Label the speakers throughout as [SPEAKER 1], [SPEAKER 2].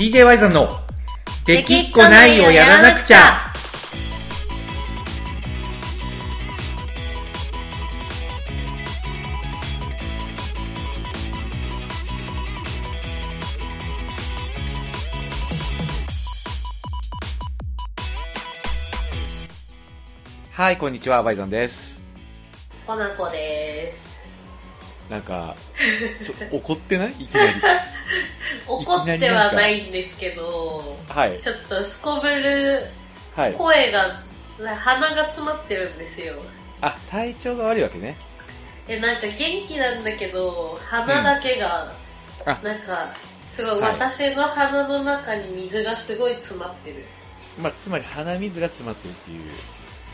[SPEAKER 1] DJ ワイザンの、できっこないをやらなくちゃ。はい、こんにちは、バイザンです。
[SPEAKER 2] コナコです。
[SPEAKER 1] なん か、ちょ怒ってないいき なり。
[SPEAKER 2] 怒ってはないんですけど、
[SPEAKER 1] はい、
[SPEAKER 2] ちょっとすこぶる
[SPEAKER 1] はい。
[SPEAKER 2] 声が、鼻が詰まってるんですよ。
[SPEAKER 1] あ、体調が悪いわけね。
[SPEAKER 2] え、なんか元気なんだけど、鼻だけが、
[SPEAKER 1] うんあ
[SPEAKER 2] なんか、すごい、
[SPEAKER 1] はい
[SPEAKER 2] 私の鼻の中に水がすごい詰まってる。
[SPEAKER 1] まあ、つまり鼻水が詰まってるっていう。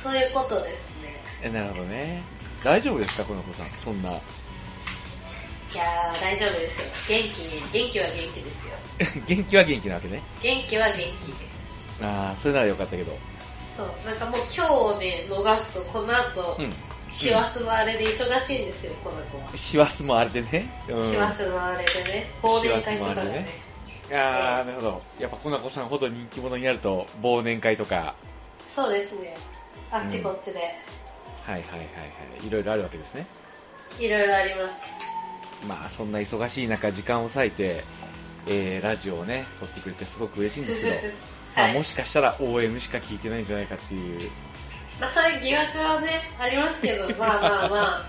[SPEAKER 2] そういうことですね。
[SPEAKER 1] えなるほどね。大丈夫ですか、この子さん。そんな。
[SPEAKER 2] いやー、大丈夫ですよ。元気、元気は元気ですよ。
[SPEAKER 1] 元気は元気なわけね。
[SPEAKER 2] 元気は元気です。
[SPEAKER 1] ああ、それならよかったけど。
[SPEAKER 2] そう、なんかもう今日をね、逃すと、この後、
[SPEAKER 1] うん。
[SPEAKER 2] 師走のあれで忙しいんですよ、この子は。
[SPEAKER 1] 師走もあれでね。うん。
[SPEAKER 2] 師走のあれでね、忘年会とかでね。
[SPEAKER 1] ああ、なるほど。やっぱ、こなこさんほど人気者になると、忘年会とか、
[SPEAKER 2] そうですね。あっちこっちで、
[SPEAKER 1] はいはいはいはい。いろいろあるわけですね。
[SPEAKER 2] いろいろあります。
[SPEAKER 1] まあ、そんな忙しい中、時間を割いて、えー、ラジオをね、撮ってくれてすごく嬉しいんですけど、ま あ、
[SPEAKER 2] はい。ま
[SPEAKER 1] もしかしたら OM しか聞いてないんじゃないかっていう。
[SPEAKER 2] あ、そういう疑惑はね、ありますけ ど、まあまあまあ、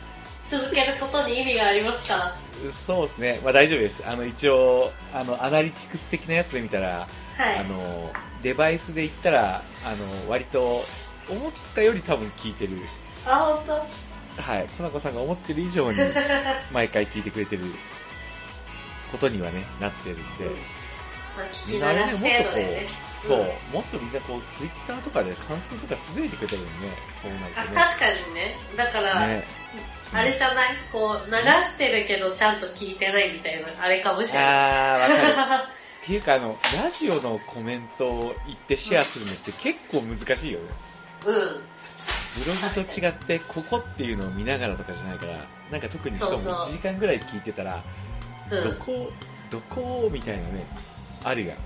[SPEAKER 2] 続けることに意味がありますから。
[SPEAKER 1] そうですね。まあ、大丈夫です。あの、一応、あの、アナリティクス的なやつで見たら、
[SPEAKER 2] はい。
[SPEAKER 1] あの、デバイスで言ったら、あの、割と、思ったより多分聞いてる。
[SPEAKER 2] あ、ほんと
[SPEAKER 1] はい。コナコさんが思ってる以上 に、毎回聞いてくれてることにはね、なってるんで。
[SPEAKER 2] まあ、聞き流し程度でね。
[SPEAKER 1] そう、
[SPEAKER 2] うん
[SPEAKER 1] もっとみんなこう、ツイッターとかで感想とかつぶやいてくれたよね、そうなる
[SPEAKER 2] あ、
[SPEAKER 1] とね。
[SPEAKER 2] 確かにね。だから、
[SPEAKER 1] ね
[SPEAKER 2] あれじゃないこう、流してるけどちゃんと聞いてないみたいな、あれかもしれない。
[SPEAKER 1] あー、わかる。っていうか、あの、ラジオのコメントを言ってシェアするのって結構難しいよね。
[SPEAKER 2] うん。
[SPEAKER 1] ブログと違って、ここっていうのを見ながらとかじゃないから、なんか特にしかも
[SPEAKER 2] そうそう
[SPEAKER 1] 1時間ぐらい聞いてたら、
[SPEAKER 2] うん
[SPEAKER 1] どこ、どこみたいなね、あるやん。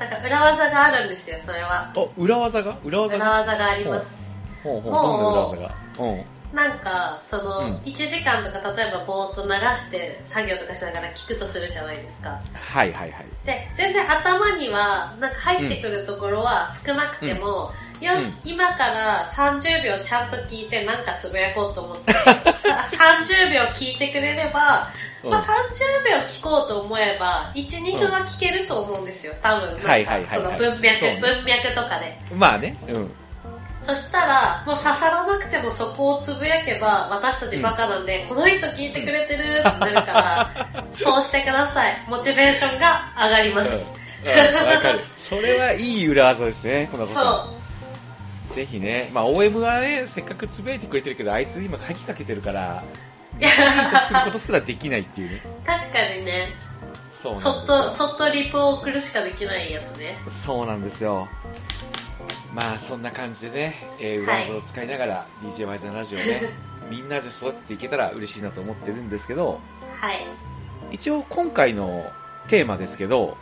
[SPEAKER 2] なんか裏技があるんですよ、それは。
[SPEAKER 1] あ、裏技が裏技
[SPEAKER 2] 裏
[SPEAKER 1] が
[SPEAKER 2] 技があります。
[SPEAKER 1] ほうほう、
[SPEAKER 2] も
[SPEAKER 1] ど
[SPEAKER 2] う
[SPEAKER 1] んな裏技がうん。
[SPEAKER 2] なんか、その、
[SPEAKER 1] うん
[SPEAKER 2] 1時間とか例えばぼーっと流して作業とかしながら聞くとするじゃないですか。
[SPEAKER 1] はいはいはい。
[SPEAKER 2] で、全然頭には、なんか入ってくるところは少なくても、よし、今から30秒ちゃんと聞いてなんかつぶやこうと思 って、さ30秒聞いてくれれば、
[SPEAKER 1] うん
[SPEAKER 2] まあ、30秒聞こうと思えば、1、2分は聞けると思うんですよ、多分。なんか
[SPEAKER 1] はいはいはい
[SPEAKER 2] そ
[SPEAKER 1] は
[SPEAKER 2] の
[SPEAKER 1] い
[SPEAKER 2] 文
[SPEAKER 1] そ
[SPEAKER 2] 脈、
[SPEAKER 1] うね
[SPEAKER 2] 文脈とかで。
[SPEAKER 1] まあね、うん。
[SPEAKER 2] そしたら、もう刺さらなくてもそこをつぶやけば、私たちバカなんで、この人聞いてくれてるってなるから、そうしてください。モチベーションが上がります。
[SPEAKER 1] うんわかる。それはいい裏技ですね、このこ
[SPEAKER 2] そ
[SPEAKER 1] さ
[SPEAKER 2] う。
[SPEAKER 1] ん。ぜひね、まあ OM はね、せっかくつぶやいてくれてるけど、あいつ今鍵かけてるから、
[SPEAKER 2] いや
[SPEAKER 1] リツイートすることすらできないっていうね。
[SPEAKER 2] 確かにね、
[SPEAKER 1] そうなんですよ
[SPEAKER 2] そっと、そっとリプを送るしかできないやつね。
[SPEAKER 1] そうなんですよ。まあそんな感じでね、えー裏技を使いながら DJ ワイザーラジオ ね、みんなで育っていけたら嬉しいなと思ってるんですけど、
[SPEAKER 2] はい。
[SPEAKER 1] 一応今回のテーマですけど、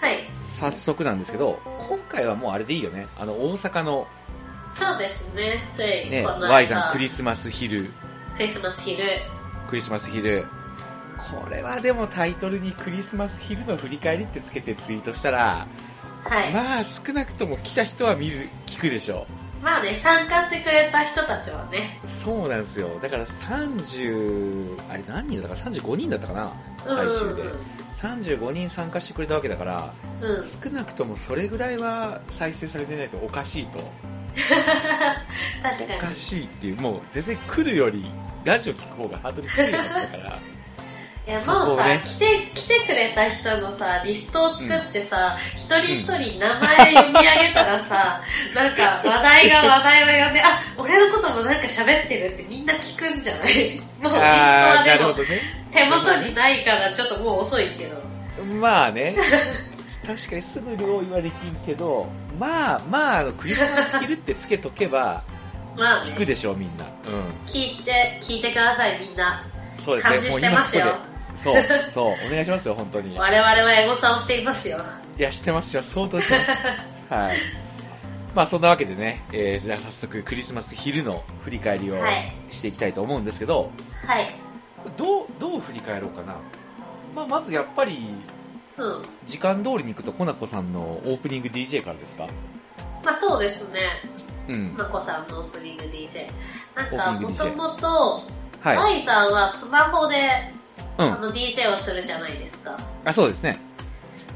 [SPEAKER 2] はい。
[SPEAKER 1] 早速なんですけど、今回はもうあれでいいよね。あの大阪の
[SPEAKER 2] そうですね。つい、
[SPEAKER 1] ね、
[SPEAKER 2] この
[SPEAKER 1] Y さんク
[SPEAKER 2] クリ
[SPEAKER 1] リスマス昼、
[SPEAKER 2] スマス昼。
[SPEAKER 1] クリスマス昼。これはでもタイトルにクリスマス昼の振り返りってつけてツイートしたら、
[SPEAKER 2] はい。ま
[SPEAKER 1] まあ少なくとも来た人は見る、聞くでしょ
[SPEAKER 2] あね、参加してくれた人たちはね、
[SPEAKER 1] う。そうなんですよ。だから30、あれ何人だったか35人だったかな
[SPEAKER 2] うんうん
[SPEAKER 1] 最終で。35人参加してくれたわけだから、
[SPEAKER 2] うん。うん。
[SPEAKER 1] 少なくともそれぐらいは再生されてないとおかしいと。
[SPEAKER 2] 確
[SPEAKER 1] お
[SPEAKER 2] か
[SPEAKER 1] か
[SPEAKER 2] に。
[SPEAKER 1] しいっていう、もう全然来るより、ラジオ聞く方がハードル低いやつだ から。
[SPEAKER 2] いや
[SPEAKER 1] そこを
[SPEAKER 2] もうさ、
[SPEAKER 1] ね
[SPEAKER 2] 来て、来てくれた人のさ、リストを作ってさ、一人一人名前読み上げたらさ、なんか話題が話題を呼んで、あ、俺のこともなんか喋ってるってみんな聞くんじゃないもうリストは
[SPEAKER 1] ーな
[SPEAKER 2] で
[SPEAKER 1] るほ
[SPEAKER 2] も
[SPEAKER 1] どね。
[SPEAKER 2] 手元にないからちょっともう遅いけど。
[SPEAKER 1] まあ ね、確かにすぐ用意はできんけど、まあまあ、あのクリスマス昼ってつけとけば、
[SPEAKER 2] まあ
[SPEAKER 1] 聞く
[SPEAKER 2] ね、
[SPEAKER 1] でしょう、みんな。
[SPEAKER 2] 聞いて、聞いてくださいみんな。
[SPEAKER 1] うん。そうですね、
[SPEAKER 2] 監視してますよ。
[SPEAKER 1] そう そうお願いしますよ本当にい
[SPEAKER 2] 我々はエゴサをしていますよ。
[SPEAKER 1] や知ってますよ相当してます はいまあそんなわけでね、えーじゃあ早速クリスマス昼の振り返りを
[SPEAKER 2] はい
[SPEAKER 1] していきたいと思うんですけど、
[SPEAKER 2] はい。
[SPEAKER 1] どうどう振り返ろうかな、まあ、まずやっぱり
[SPEAKER 2] うん。
[SPEAKER 1] 時間通りに行くとコナコさんのオープニング DJ からですか
[SPEAKER 2] まあそうですね。
[SPEAKER 1] うん
[SPEAKER 2] まこさんのオープニング DJ。
[SPEAKER 1] オー
[SPEAKER 2] なん
[SPEAKER 1] プ
[SPEAKER 2] か、
[SPEAKER 1] ニング
[SPEAKER 2] も
[SPEAKER 1] DJ
[SPEAKER 2] ともと、
[SPEAKER 1] は
[SPEAKER 2] ア
[SPEAKER 1] い
[SPEAKER 2] イさんはスマホで、
[SPEAKER 1] う
[SPEAKER 2] あ
[SPEAKER 1] ん
[SPEAKER 2] の、DJ をするじゃないですか。
[SPEAKER 1] あそうですね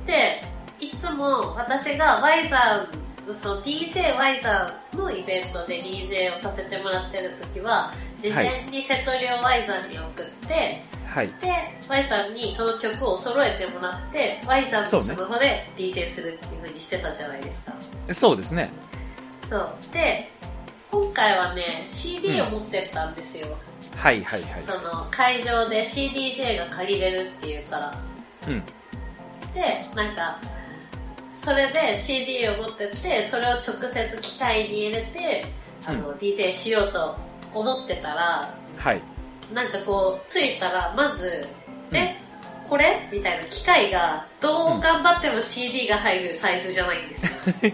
[SPEAKER 2] で、いつも私がワイザー、その DJ ワイザーのイベントで DJ をさせてもらってる時は、事前にセトリをワイザーに送って、
[SPEAKER 1] はい
[SPEAKER 2] で、ワイザーにその曲を揃えてもらって、ワイザーのスマホで DJ するっていう風にしてたじゃないですか。
[SPEAKER 1] そうですね
[SPEAKER 2] そう。で、今回はね、CD を持ってったんですよ。
[SPEAKER 1] はいはいはい
[SPEAKER 2] その、会場で CDJ が借りれるっていうから。
[SPEAKER 1] うん
[SPEAKER 2] で、なんか、それで CD を持ってって、それを直接機械に入れて、あの、DJ しようと思ってたら、
[SPEAKER 1] はい
[SPEAKER 2] なんかこう、着いたら、まず、え、これみたいな機械が、どう頑張っても CD が入るサイズじゃないんで すよ。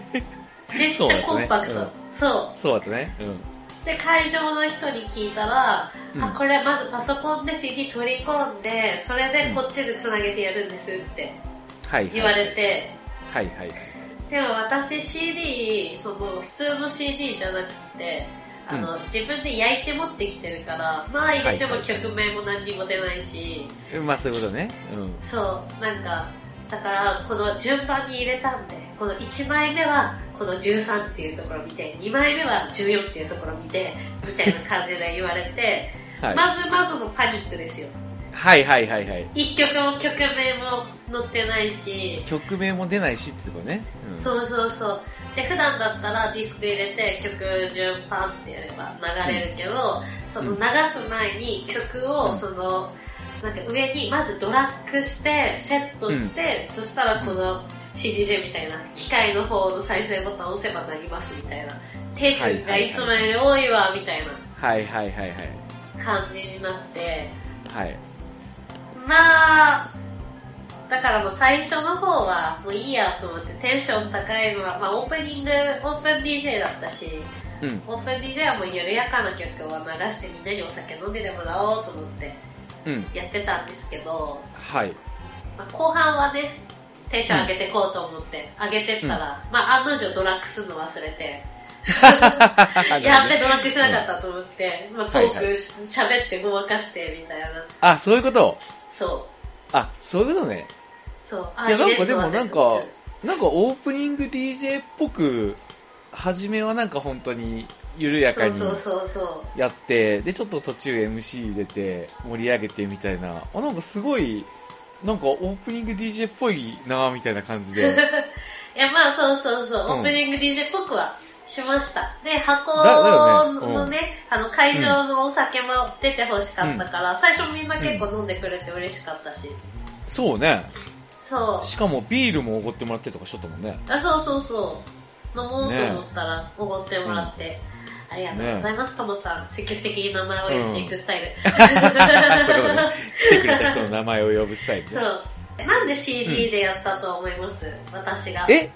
[SPEAKER 2] めっち
[SPEAKER 1] そうです
[SPEAKER 2] ゃ
[SPEAKER 1] ね
[SPEAKER 2] コンパクト。
[SPEAKER 1] うん
[SPEAKER 2] そ
[SPEAKER 1] そうだったねうん
[SPEAKER 2] う。で、会場の人に聞いたら、
[SPEAKER 1] うん
[SPEAKER 2] あ、これまずパソコンで CD 取り込んで、それでこっちで繋げてやるんですって
[SPEAKER 1] はいはい
[SPEAKER 2] 言われて、
[SPEAKER 1] はいはい
[SPEAKER 2] でも私 CD、その普通の CD じゃなくて、あの、自分で焼いて持ってきてるから、まあ入れても曲名も何にも出ないし、
[SPEAKER 1] はいまあそういうことねうん
[SPEAKER 2] そう、なんか、だから、この順番に入れたんで、この1枚目はこの13っていうところ見て、2枚目は14っていうところ見て、みたいな感じで言われて、
[SPEAKER 1] はい、
[SPEAKER 2] まずまずのパニックですよ。
[SPEAKER 1] はいはいはいはい
[SPEAKER 2] 1曲も曲名も載ってないし、
[SPEAKER 1] 曲名も出ないしってことね、うん、
[SPEAKER 2] そうそうそう。で、普段だったらディスク入れて曲順パンってやれば流れるけど、その流す前に曲
[SPEAKER 1] う
[SPEAKER 2] を
[SPEAKER 1] ん
[SPEAKER 2] その、なんか上にまずドラッグして、セットして、そしたらこの CDJ みたいな、機械の方の再生ボタンを押せばなりますみたいな。手数がいつもより多いわ、みたいな
[SPEAKER 1] はいはいはいはい
[SPEAKER 2] 感じになって、
[SPEAKER 1] はい
[SPEAKER 2] まあ、だからもう最初の方はもういいやと思ってテンション高いのは、まあオープニング、オープン DJ だったし、
[SPEAKER 1] うん
[SPEAKER 2] オープン DJ はもう緩やかな曲を流してみんなにお酒飲んででもらおうと思って
[SPEAKER 1] うん
[SPEAKER 2] やってたんですけど、
[SPEAKER 1] はい
[SPEAKER 2] まあ、後半はね、テンション上げてこうと思って、上げてったら、まあ案の定ドラッグするの忘れて、やっべドラッグしなかったと思って、まあトー
[SPEAKER 1] はいは
[SPEAKER 2] クし喋、ってごまかしてみたいな、
[SPEAKER 1] あそういうこと
[SPEAKER 2] そう、
[SPEAKER 1] あそういうことね
[SPEAKER 2] そう、
[SPEAKER 1] いやなんかでも
[SPEAKER 2] 入れ
[SPEAKER 1] なん
[SPEAKER 2] るの忘
[SPEAKER 1] か
[SPEAKER 2] れて
[SPEAKER 1] なんかオープニング DJ っぽく初めはなんか本当に緩やかに
[SPEAKER 2] そうそうそうそう。
[SPEAKER 1] やってでちょっと途中 MC 入れて盛り上げてみたいなあなんかすごいなんかオープニング DJ っぽいなみたいな感じで
[SPEAKER 2] いや、まあそうそうそう、
[SPEAKER 1] うん
[SPEAKER 2] オープニング DJ っぽくはしました。で、箱
[SPEAKER 1] だだよねうん
[SPEAKER 2] のね、あの会場のお酒も出てほしかったから、最初みんな結構飲んでくれて嬉しかったし。
[SPEAKER 1] そうね
[SPEAKER 2] そう。
[SPEAKER 1] しかもビールもおごってもらってとかしとったもんね
[SPEAKER 2] あ、そうそうそう。飲もうと思ったら、おごってもらって。ありがとうございます、ともさん。積極的に名前を言っていくスタイル。
[SPEAKER 1] そういうことね。来てくれた人の名前を呼ぶスタイル
[SPEAKER 2] そ
[SPEAKER 1] ね。
[SPEAKER 2] う。えなんで CD でやったと思います、私が。
[SPEAKER 1] え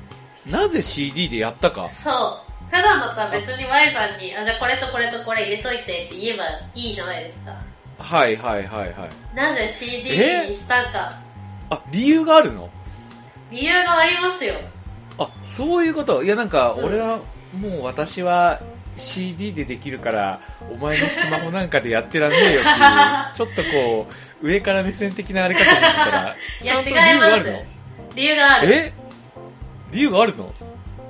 [SPEAKER 1] なぜ CD でやったか
[SPEAKER 2] そう。普段だったら別に Y さんに、あ、じゃあこれとこれとこれ入れといてって言えばいいじゃないですか。
[SPEAKER 1] はいはいはいはい。
[SPEAKER 2] なぜ CD
[SPEAKER 1] え
[SPEAKER 2] にしたか。
[SPEAKER 1] あ、理由があるの
[SPEAKER 2] 理由がありますよ。
[SPEAKER 1] あ、そういうこと。いやなんか、
[SPEAKER 2] うん
[SPEAKER 1] 俺は、もう私は CD でできるから、お前のスマホなんかでやってらんねえよっていう、 ちょっとこう、上から目線的なあれかと思ってたら、
[SPEAKER 2] い
[SPEAKER 1] ちゃ
[SPEAKER 2] や
[SPEAKER 1] んと理由がある
[SPEAKER 2] 違い
[SPEAKER 1] の
[SPEAKER 2] 理由がある。
[SPEAKER 1] え理由があるの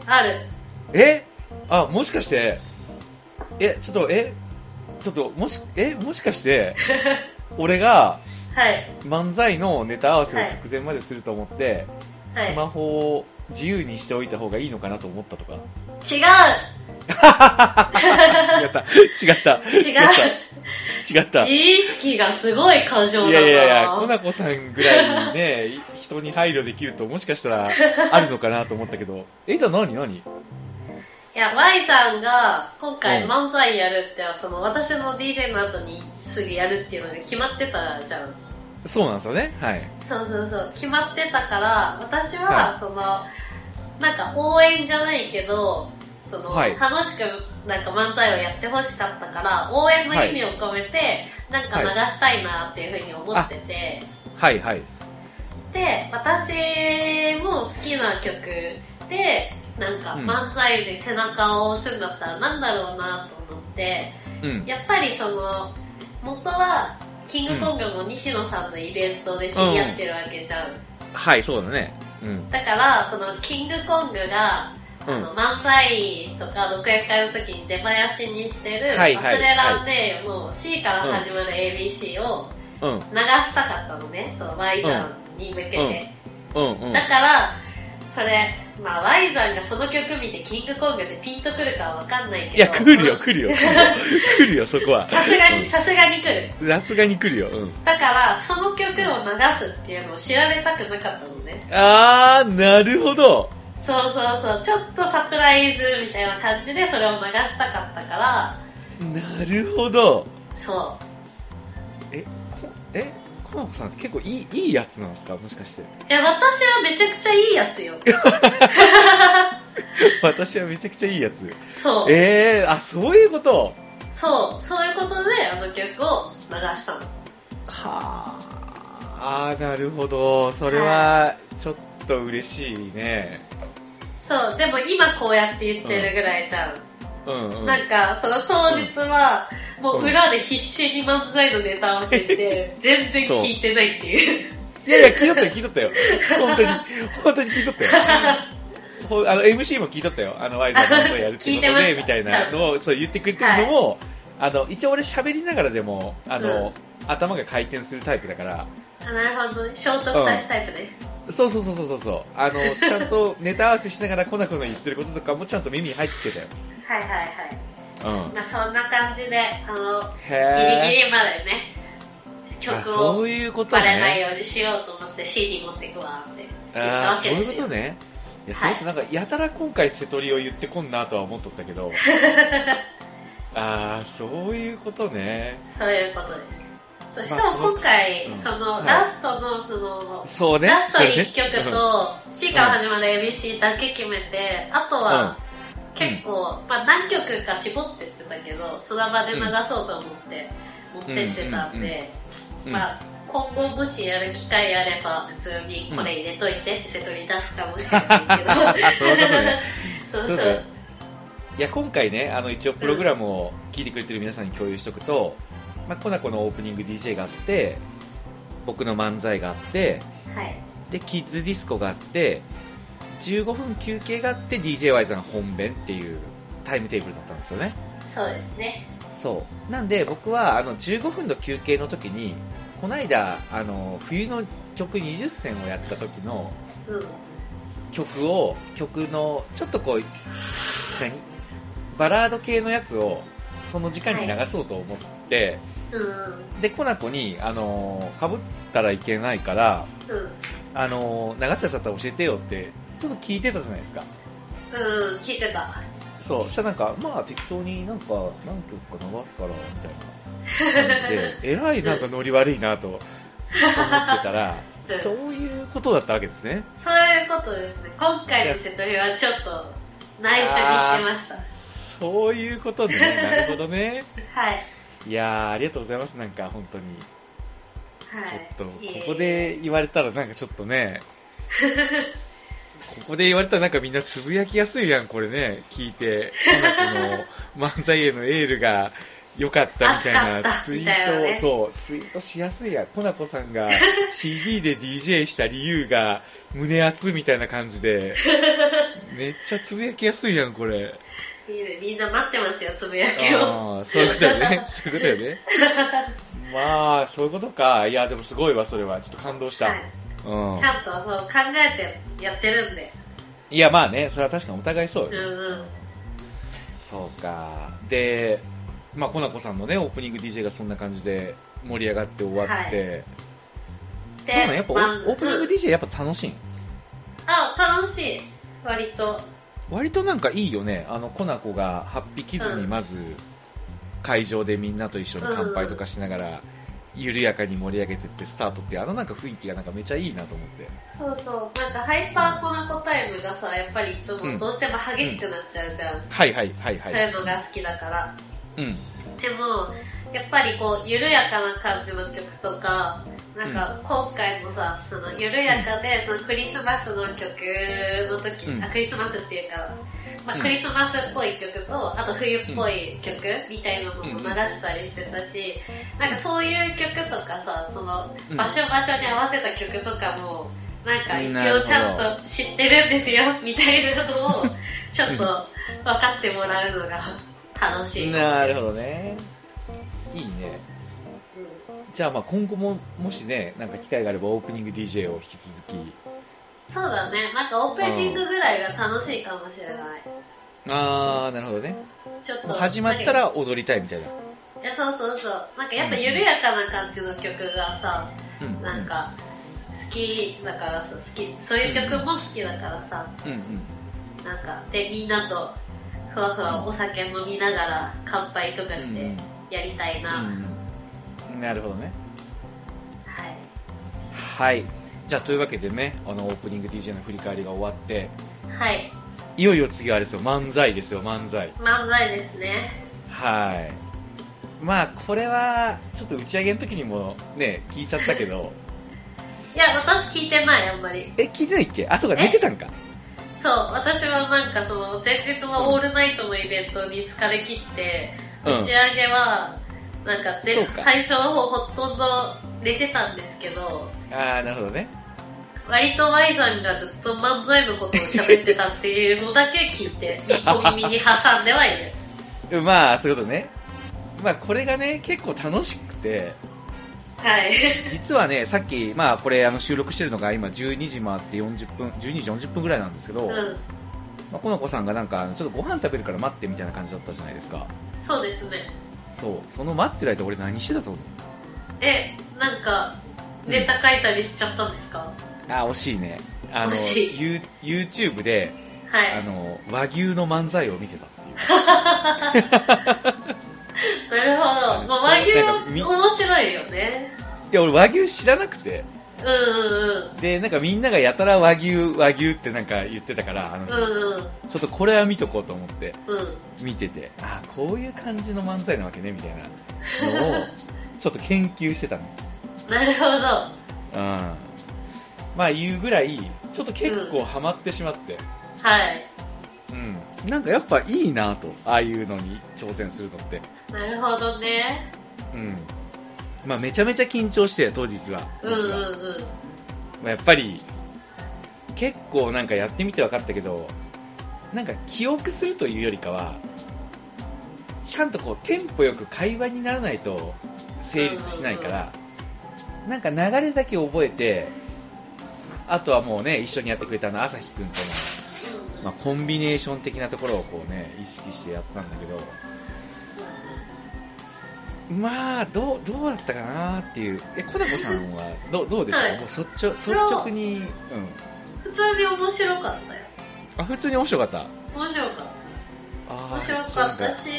[SPEAKER 2] ある。
[SPEAKER 1] えあ、もしかして、え、ちょっと、え、ちょっと、もし、え、もしか して、俺が、
[SPEAKER 2] はい。
[SPEAKER 1] 漫才のネタ合わせを直前まですると思って、
[SPEAKER 2] はい
[SPEAKER 1] スマホを自由にしておいた方がいいのかなと思ったとか
[SPEAKER 2] 違
[SPEAKER 1] 違った違った
[SPEAKER 2] う違
[SPEAKER 1] 違った
[SPEAKER 2] う自
[SPEAKER 1] 違っ
[SPEAKER 2] 意識がすごい過
[SPEAKER 1] た
[SPEAKER 2] 剰だ
[SPEAKER 1] いや
[SPEAKER 2] な
[SPEAKER 1] いやいや、コナコさんぐらいね、い人に配慮できるともしかしたらあるのかなと思ったけど、え、じゃあ何何
[SPEAKER 2] いや、Y さんが今回
[SPEAKER 1] うん
[SPEAKER 2] 漫才やるって、その私の DJ の後にすぐやるっていうのが決まってたじゃん。
[SPEAKER 1] そうなんですよね。はい。
[SPEAKER 2] そうそうそう決まってたから私
[SPEAKER 1] は
[SPEAKER 2] はその、なんか応援じゃないけどその、
[SPEAKER 1] はい
[SPEAKER 2] 楽しくなんか漫才をやってほしかったから応援の意味を込めて、なんか流したいなっていうふうに思ってて、
[SPEAKER 1] はいはい。
[SPEAKER 2] で私も好きな曲でなんか
[SPEAKER 1] うん
[SPEAKER 2] 漫才で背中を押すんだったらなんだろうなと思って
[SPEAKER 1] うん。
[SPEAKER 2] やっぱりその元はキングコングの西野さんのイベントで知り合ってるわけじゃん
[SPEAKER 1] はい、そうだね。うん。
[SPEAKER 2] だから、その、キングコングが、
[SPEAKER 1] うん
[SPEAKER 2] あの、漫才とか独演会の時に出囃子にしてる、
[SPEAKER 1] はいはい
[SPEAKER 2] 忘れらんねえよの C から始まる ABC を
[SPEAKER 1] うん。
[SPEAKER 2] 流したかったのね、その Y さんに向けて。
[SPEAKER 1] うん。うん。
[SPEAKER 2] だから、それ、まあ Y さんがその曲見てキングコングでピンとくるかはわかんないけど。
[SPEAKER 1] いや、来るよ、来るよ。来るよ、そこは。
[SPEAKER 2] さすが
[SPEAKER 1] うん
[SPEAKER 2] に、さすがに来る。
[SPEAKER 1] さすがに来るよ。うん。
[SPEAKER 2] だから、その曲を流すっていうのを知られたくなかったのね。
[SPEAKER 1] あー、なるほど。
[SPEAKER 2] そうそうそう、ちょっとサプライズみたいな感じでそれを流したかったから、
[SPEAKER 1] なるほど。
[SPEAKER 2] そ
[SPEAKER 1] え、こえ、コナコさんって結構いい、いいやつなんですかもしかして。
[SPEAKER 2] う。いや、私はめちゃくちゃいいやつよ。
[SPEAKER 1] 私はめちゃくちゃいいやつ。
[SPEAKER 2] そう。
[SPEAKER 1] えー、あ、そういうこと。
[SPEAKER 2] そう。そういうことで、あの曲を流したの。
[SPEAKER 1] はあ、あー、なるほど。それは、ちょっと嬉しいね。
[SPEAKER 2] そう。でも今こうやって言ってるぐらいじゃん。
[SPEAKER 1] うんうん。
[SPEAKER 2] なんか、その当日は、もう裏で必死に漫才のネタを消して、全然聞いてないっていう。
[SPEAKER 1] いやいや、聞いとったよ、聞いとったよ。本当に、本当に聞いと ったよ。ほあの、MC も聞いとったよ。あの、ワイザーのことやるっていうこと
[SPEAKER 2] 聞い
[SPEAKER 1] で、
[SPEAKER 2] てま
[SPEAKER 1] み
[SPEAKER 2] した
[SPEAKER 1] たいなのを、そう言ってくれてるのも、あの、一応俺喋りながらでも、あの、頭が回転するタイプだから、
[SPEAKER 2] あなるほどね。聖徳太子タイプね。
[SPEAKER 1] そうそうそうそうそうそう、あの、ちゃんとネタ合わせしながらコナコナ言ってることとかもちゃんと耳に入ってたよ。
[SPEAKER 2] はいはいはい。
[SPEAKER 1] うん。
[SPEAKER 2] まあそんな感じで、あの、ギリ
[SPEAKER 1] へ
[SPEAKER 2] ギリまでね、
[SPEAKER 1] ぇー。あ、
[SPEAKER 2] 曲
[SPEAKER 1] そ
[SPEAKER 2] を
[SPEAKER 1] ういうこと
[SPEAKER 2] バレない
[SPEAKER 1] ね。
[SPEAKER 2] ようにしようと思って CD 持ってくわって言った
[SPEAKER 1] あー
[SPEAKER 2] わ
[SPEAKER 1] そう
[SPEAKER 2] けで
[SPEAKER 1] いう
[SPEAKER 2] す
[SPEAKER 1] こ
[SPEAKER 2] よ。
[SPEAKER 1] とね。いや、そ
[SPEAKER 2] は
[SPEAKER 1] れ
[SPEAKER 2] い
[SPEAKER 1] となんか、やたら今回瀬戸りを言ってこんなとは思っとったけ ど、あー、そういうことね。
[SPEAKER 2] そういうことです。そうしか
[SPEAKER 1] まあその
[SPEAKER 2] も今回、
[SPEAKER 1] うん
[SPEAKER 2] その
[SPEAKER 1] はい
[SPEAKER 2] ラストの、その、
[SPEAKER 1] そうね。
[SPEAKER 2] ラスト
[SPEAKER 1] そうね
[SPEAKER 2] 1曲と C から始まる ABC だけ決めて、あとは結構、まあ何曲か絞ってってたけど、その場で流そうと思って持ってってたんで、
[SPEAKER 1] うん
[SPEAKER 2] まあ今後もしやる機会あれば普通にこれ入れといてってセトリ出すかもしれないけど
[SPEAKER 1] そういうことね
[SPEAKER 2] そう
[SPEAKER 1] そ
[SPEAKER 2] そうう
[SPEAKER 1] そういや今回ねあの一応プログラムを聞いてくれてる皆さんに共有しておくと、まあ、コナコのオープニング DJ があって僕の漫才があって
[SPEAKER 2] はい
[SPEAKER 1] でキッズディスコがあって15分休憩があって DJY さん本編っていうタイムテーブルだったんですよね
[SPEAKER 2] そうですね
[SPEAKER 1] そうなんで僕はあの15分の休憩の時にこの間あの冬の曲20選をやった時の
[SPEAKER 2] うん
[SPEAKER 1] 曲を曲のちょっとこう何バラード系のやつをその時間に流そうと思って、
[SPEAKER 2] うん
[SPEAKER 1] でコナコにあのかぶったらいけないから
[SPEAKER 2] うん
[SPEAKER 1] あの流すやつだったら教えてよってちょっと聞いてたじゃないですか
[SPEAKER 2] うん聞いてた
[SPEAKER 1] そうそしたらなんかまあ適当になんか何曲か流すからみたいな感じでえらいなんかノリ悪いなと思ってたら
[SPEAKER 2] うん
[SPEAKER 1] そういうことだったわけですね
[SPEAKER 2] そういうことですね今回のセトリはちょっと内緒にしてました
[SPEAKER 1] そういうことねなるほどね
[SPEAKER 2] はい
[SPEAKER 1] いやーありがとうございます、なんか本当に、
[SPEAKER 2] はい
[SPEAKER 1] ちょっとこ
[SPEAKER 2] いえいえ
[SPEAKER 1] こで言われたら、なんかちょっと ね、ここで言われたら、なんかみんなつぶやきやすいやん、これね、聞いて、この漫才へのエールが良かったみたい
[SPEAKER 2] 熱か
[SPEAKER 1] な
[SPEAKER 2] った
[SPEAKER 1] ツイ
[SPEAKER 2] みたいな
[SPEAKER 1] ー
[SPEAKER 2] ね
[SPEAKER 1] ト、そう、ツイートしやすいやん、コナコさんが CD で DJ した理由が胸熱みたいな感じ で、めっちゃつぶやきやすいやん、これ。
[SPEAKER 2] いいねみんな待ってますよつぶやきを
[SPEAKER 1] あーそういうことよね。そういうことよね。 まあ、そういうことか。いや、でもすごいわ、それは。ちょっと感動した。
[SPEAKER 2] はい
[SPEAKER 1] うん
[SPEAKER 2] ち。ゃんとそう考えてやってるんで
[SPEAKER 1] いや、まあね、それは確かにお互いそう
[SPEAKER 2] うん
[SPEAKER 1] よ。
[SPEAKER 2] うん
[SPEAKER 1] そうか。で、まあ、コナコさんのね、オープニング DJ がそんな感じで盛り上がって終わって。
[SPEAKER 2] で
[SPEAKER 1] どうなんやっぱオ
[SPEAKER 2] まあ
[SPEAKER 1] ープニング DJ やっぱ楽しいん
[SPEAKER 2] あ楽しい割と
[SPEAKER 1] 割となんかいいよね。あの、コナコがハッピーキズにまず、会場でみんなと一緒に乾杯とかしながら緩やかに盛り上げてってスタートってあのなんか雰囲気がなんかめちゃいいなと思って
[SPEAKER 2] そうそうなんかハイパーコナコタイムがさやっぱりいつもどうしても激しくなっちゃうじゃん、
[SPEAKER 1] はいはいはいは
[SPEAKER 2] そ
[SPEAKER 1] い
[SPEAKER 2] ういうのが好きだから
[SPEAKER 1] うん
[SPEAKER 2] でもやっぱりこう緩やかな感じの曲とかなんか今回もさその緩やかでそのクリスマスの曲の時、
[SPEAKER 1] うん
[SPEAKER 2] あクリスマスっていうか、まあ
[SPEAKER 1] うん
[SPEAKER 2] クリスマスっぽい曲とあと冬っぽい曲みたいなのも流したりしてたし、なんかそういう曲とかさその
[SPEAKER 1] うん
[SPEAKER 2] 場所場所に合わせた曲とかもなんか一
[SPEAKER 1] なるほ
[SPEAKER 2] 応
[SPEAKER 1] ど
[SPEAKER 2] ちゃんと知ってるんですよ みたいなのをちょっと分かってもらうのが楽しいかもしれ
[SPEAKER 1] ないるほどねいいね
[SPEAKER 2] うん
[SPEAKER 1] じゃあまあ今後ももしねなんか機会があればオープニング DJ を引き続き
[SPEAKER 2] そうだね。なんかオープニングぐらいが楽しいかもしれない。
[SPEAKER 1] ああなるほどね
[SPEAKER 2] ちょっと。
[SPEAKER 1] もう始まったら踊りたいみたいな、
[SPEAKER 2] いや、そうそうそう。なんかやっぱ緩やかな感じの曲がさ、
[SPEAKER 1] うん、
[SPEAKER 2] なんか好きだからさ、好き、そういう曲も好きだからさ、
[SPEAKER 1] うんうん
[SPEAKER 2] なんか、で、みんなとふわふわお酒飲みながら乾杯とかしてやりたいな。
[SPEAKER 1] うんなるほどね
[SPEAKER 2] はい。
[SPEAKER 1] はいじゃあというわけでねあのオープニング DJ の振り返りが終わって
[SPEAKER 2] はい。
[SPEAKER 1] いよいよ次はあれですよ漫才ですよ漫才
[SPEAKER 2] 漫才ですね。
[SPEAKER 1] はいまあこれはちょっと打ち上げの時にもね聞いちゃったけど
[SPEAKER 2] いや、私聞いてない、あんまり。
[SPEAKER 1] え聞いてないっけあそうか
[SPEAKER 2] え
[SPEAKER 1] 寝てたんか
[SPEAKER 2] そう、私はなんかその前日のオールナイトのイベントに疲れ切って、
[SPEAKER 1] うん
[SPEAKER 2] 打ち上げは、なんか
[SPEAKER 1] そ
[SPEAKER 2] 全
[SPEAKER 1] うか
[SPEAKER 2] 最初の方ほとんど寝てたんですけど、
[SPEAKER 1] ああなるほどね
[SPEAKER 2] 割と Y さんがずっと漫才のことを喋ってたっていうのだけ聞い て、小耳に挟んではいる。
[SPEAKER 1] まあそういうことねまあこれがね結構楽しくて
[SPEAKER 2] はい。
[SPEAKER 1] 実はねさっきまあこれあの収録してるのが今12時回って40分12時40分ぐらいなんですけど、
[SPEAKER 2] うん。
[SPEAKER 1] まあ、この子さんがなんかあのちょっとご飯食べるから待ってみたいな感じだったじゃないですか
[SPEAKER 2] そうですね。
[SPEAKER 1] そうその待ってる間俺何してたと思う
[SPEAKER 2] え、なんか、
[SPEAKER 1] うん
[SPEAKER 2] ネタ書いたりしちゃったんですか、
[SPEAKER 1] あー惜しいねあの
[SPEAKER 2] 惜しい
[SPEAKER 1] You- YouTube で、
[SPEAKER 2] はい
[SPEAKER 1] あ。の和牛の漫才を見てたっていう
[SPEAKER 2] なるほ
[SPEAKER 1] あ
[SPEAKER 2] ど。
[SPEAKER 1] の
[SPEAKER 2] まあ、和牛
[SPEAKER 1] なんかみ
[SPEAKER 2] 面白いよね。
[SPEAKER 1] いや俺和牛知らなくて
[SPEAKER 2] うんうんうん。
[SPEAKER 1] でなんかみんながやたら和牛和牛ってなんか言ってたからあの、
[SPEAKER 2] うんうん
[SPEAKER 1] ちょっとこれは見とこうと思って
[SPEAKER 2] うん
[SPEAKER 1] 見ててあーこういう感じの漫才なわけねみたいなのを ちょっと研究してたの
[SPEAKER 2] なるほど
[SPEAKER 1] うんまあ言うぐらいちょっと結構ハマってしまって、
[SPEAKER 2] はい
[SPEAKER 1] うん、なんかやっぱいいなとああいうのに挑戦するのって、
[SPEAKER 2] なるほどね
[SPEAKER 1] うんまあ、めちゃめちゃ緊張して当日は
[SPEAKER 2] う
[SPEAKER 1] 実
[SPEAKER 2] んうん
[SPEAKER 1] は、
[SPEAKER 2] うん
[SPEAKER 1] まあ、やっぱり結構なんかやってみて分かったけどなんか記憶するというよりかはちゃんとこうテンポよく会話にならないと成立しないから、なんか流れだけ覚えてあとはもうね一緒にやってくれたあの朝日くんとのまあ、コンビネーション的なところをこうね意識してやったんだけどまあどうどうだったかなっていうえコナコさんはどうどうでした、
[SPEAKER 2] はい
[SPEAKER 1] もう率直率
[SPEAKER 2] や
[SPEAKER 1] 直に、うん、
[SPEAKER 2] 普通に面白かったよ
[SPEAKER 1] あ普通に面白かった
[SPEAKER 2] 面白かっ
[SPEAKER 1] あー
[SPEAKER 2] た面白かったし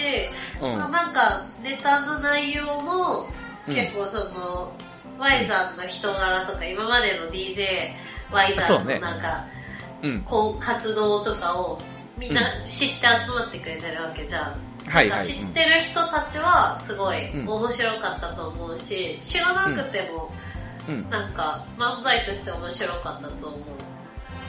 [SPEAKER 1] そうなん
[SPEAKER 2] ま
[SPEAKER 1] か
[SPEAKER 2] あなんかネタの内容も
[SPEAKER 1] うん
[SPEAKER 2] 結構その Y さんの人柄とか今までの DJY さんのなんか
[SPEAKER 1] うん、うん、
[SPEAKER 2] こう活動とかをみんな知って集まってくれてるわけじゃん
[SPEAKER 1] はいはい、
[SPEAKER 2] 知ってる人たちはすごい
[SPEAKER 1] うん
[SPEAKER 2] 面白かったと思うし、知らなくても
[SPEAKER 1] うんうん、
[SPEAKER 2] なんか漫才として面白かったと思う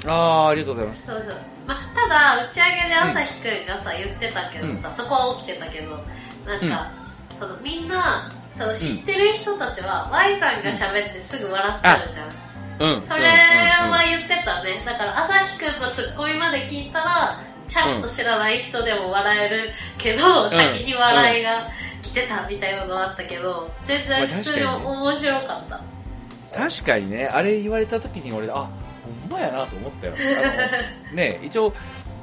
[SPEAKER 1] あーありがとうございます
[SPEAKER 2] そうそう、まあ、ただ打ち上げで朝日くんがさ言ってたけどさ、そこは起きてたけどなんか、そのみんなその知ってる人たちは Y さんが喋ってすぐ笑っちゃうじゃん、
[SPEAKER 1] うん
[SPEAKER 2] それは言ってたね、だから朝日くんのツッコミまで聞いたらちゃんと知らない人でも笑えるけど、
[SPEAKER 1] ん
[SPEAKER 2] 先に笑いが来てたみたいなのがあったけど全然普通に
[SPEAKER 1] まあ確かにね
[SPEAKER 2] 面白かった、
[SPEAKER 1] うんうん確かにねあれ言われた時に俺あほんまやなと思ったよ あのね一応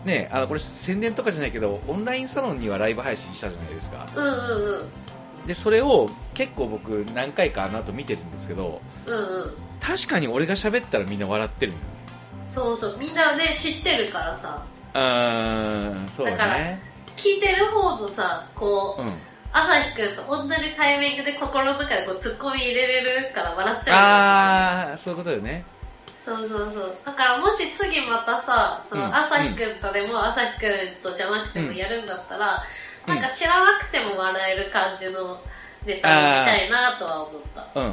[SPEAKER 1] ねあのこれ宣伝とかじゃないけどオンラインサロンにはライブ配信したじゃないですか
[SPEAKER 2] うんうんうん
[SPEAKER 1] でそれを結構僕何回かあの後見てるんですけど
[SPEAKER 2] うんうん
[SPEAKER 1] 確かに俺が喋ったらみんな笑ってるんだよね
[SPEAKER 2] そうそうみんなね知ってるからさ
[SPEAKER 1] うーんそうだね
[SPEAKER 2] 聞いてる方のさこう、
[SPEAKER 1] うん
[SPEAKER 2] 朝日くんと同じタイミングで心の中でこうツッコミ入れれるから笑っちゃう
[SPEAKER 1] ああ、そういうことよね。
[SPEAKER 2] そうそうそうだからもし次またさそ
[SPEAKER 1] うん
[SPEAKER 2] の朝日くんとでも朝日くんとじゃなくてもやるんだったら、
[SPEAKER 1] うん
[SPEAKER 2] なんか知らなくても笑える感じのネタを見たいなとは思った
[SPEAKER 1] うんうん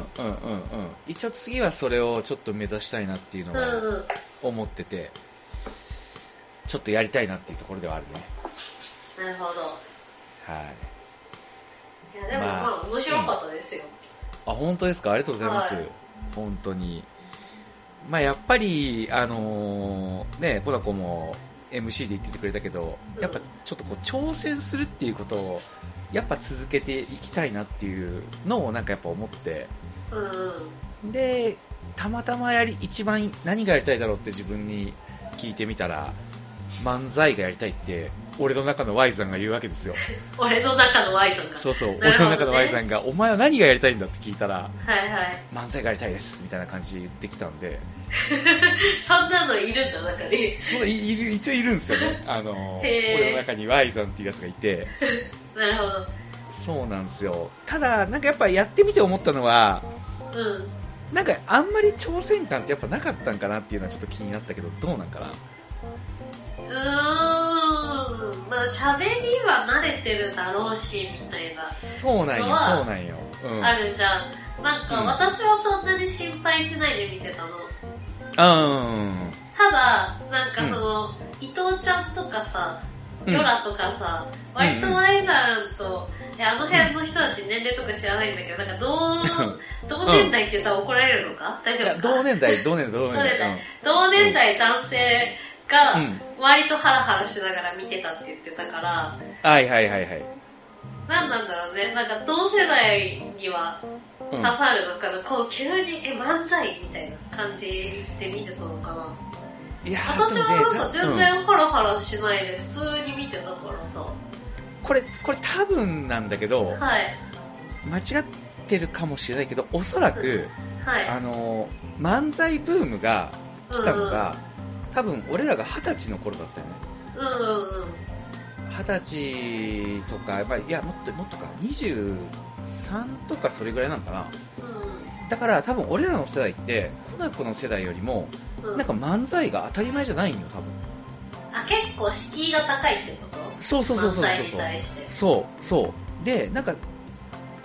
[SPEAKER 1] うんうん。一応次はそれをちょっと目指したいなっていうの
[SPEAKER 2] うんう
[SPEAKER 1] は
[SPEAKER 2] ん
[SPEAKER 1] 思ってて、ちょっとやりたいなっていうところではあるね。
[SPEAKER 2] なるほど
[SPEAKER 1] はい。
[SPEAKER 2] いやでも
[SPEAKER 1] まあ
[SPEAKER 2] まあ面白かったですよ、
[SPEAKER 1] あ、本当ですかありがとうございます。
[SPEAKER 2] はい
[SPEAKER 1] 本当に。まあ、やっぱり、あのーね、コナコも MC で言っててくれたけど、
[SPEAKER 2] うん
[SPEAKER 1] やっぱちょっとこう挑戦するっていうことを、やっぱ続けていきたいなっていうのをなんかやっぱ思って、
[SPEAKER 2] うんうん
[SPEAKER 1] で、たまたまやり、一番何がやりたいだろうって自分に聞いてみたら、漫才がやりたいって、俺の中の Y さんが言うわけです よ。
[SPEAKER 2] 俺の中の Y さんが
[SPEAKER 1] そうそう、
[SPEAKER 2] な
[SPEAKER 1] 俺
[SPEAKER 2] るほど
[SPEAKER 1] の
[SPEAKER 2] ね
[SPEAKER 1] 中の Y さんが、お前は何がやりたいんだって聞いたら、
[SPEAKER 2] はいはい
[SPEAKER 1] 漫才がやりたいですみたいな感じで言ってきたんで、
[SPEAKER 2] そんなのいるんだ中に
[SPEAKER 1] そういいる一応いるんですよね、あの
[SPEAKER 2] へー
[SPEAKER 1] 俺の中に Y さんっていうやつがいて、
[SPEAKER 2] なるほど
[SPEAKER 1] そうなんですよ、ただ、なんかやっぱやってみて思ったのは、
[SPEAKER 2] うん
[SPEAKER 1] なんかあんまり挑戦感ってやっぱなかったんかなっていうのはちょっと気になったけど、どうなんかな、
[SPEAKER 2] うーんまあ喋りは慣れてるだろうしみたいな、
[SPEAKER 1] そうなんよ、
[SPEAKER 2] のは
[SPEAKER 1] そうなんよ、うん、
[SPEAKER 2] あるじゃんなんか
[SPEAKER 1] うん
[SPEAKER 2] 私はそんなに心配しないで見てたの
[SPEAKER 1] うん、
[SPEAKER 2] ただなんかその、伊藤ちゃんとかさ
[SPEAKER 1] う
[SPEAKER 2] ド
[SPEAKER 1] ん
[SPEAKER 2] ラとかさ、割と Y さんと、いやあの辺の人たち年齢とか知らないんだけど、なんか同同年代って言ったら怒られるのか大
[SPEAKER 1] い
[SPEAKER 2] 丈夫
[SPEAKER 1] や
[SPEAKER 2] か
[SPEAKER 1] 同年代、同年代、同
[SPEAKER 2] 同
[SPEAKER 1] 年代
[SPEAKER 2] 年代、同年代男性
[SPEAKER 1] う
[SPEAKER 2] が
[SPEAKER 1] ん、
[SPEAKER 2] 割とハラハラしながら見てたって言ってたから、
[SPEAKER 1] はいはいはいはい、
[SPEAKER 2] なんなんだろうね、なんか同世代には
[SPEAKER 1] うん
[SPEAKER 2] 刺さるのかな、こう急に、え、漫才みたいな感じで見てたのかな。
[SPEAKER 1] いやー
[SPEAKER 2] 私はなんか
[SPEAKER 1] でも
[SPEAKER 2] 全
[SPEAKER 1] ね
[SPEAKER 2] 然ハラハラしないで、普通に見てたから
[SPEAKER 1] う
[SPEAKER 2] さ。
[SPEAKER 1] んこれ、これ多分なんだけど、
[SPEAKER 2] はい、
[SPEAKER 1] 間違ってるかもしれないけどおそらく、
[SPEAKER 2] はい。
[SPEAKER 1] あの漫才ブームが来たのが、多分俺らが二十歳の頃だったよね
[SPEAKER 2] うんうんうん。
[SPEAKER 1] 二十歳とか、まあ、いやもっともっとか23とかそれぐらいなのかな
[SPEAKER 2] う
[SPEAKER 1] だから多分俺らの世代ってコナコの世代よりも
[SPEAKER 2] んうん
[SPEAKER 1] なんか漫才が当たり前じゃないんよ多分
[SPEAKER 2] あ結構敷居が高いってこと
[SPEAKER 1] そうそうそうそうそう
[SPEAKER 2] 漫才に対して
[SPEAKER 1] そうそうでなんか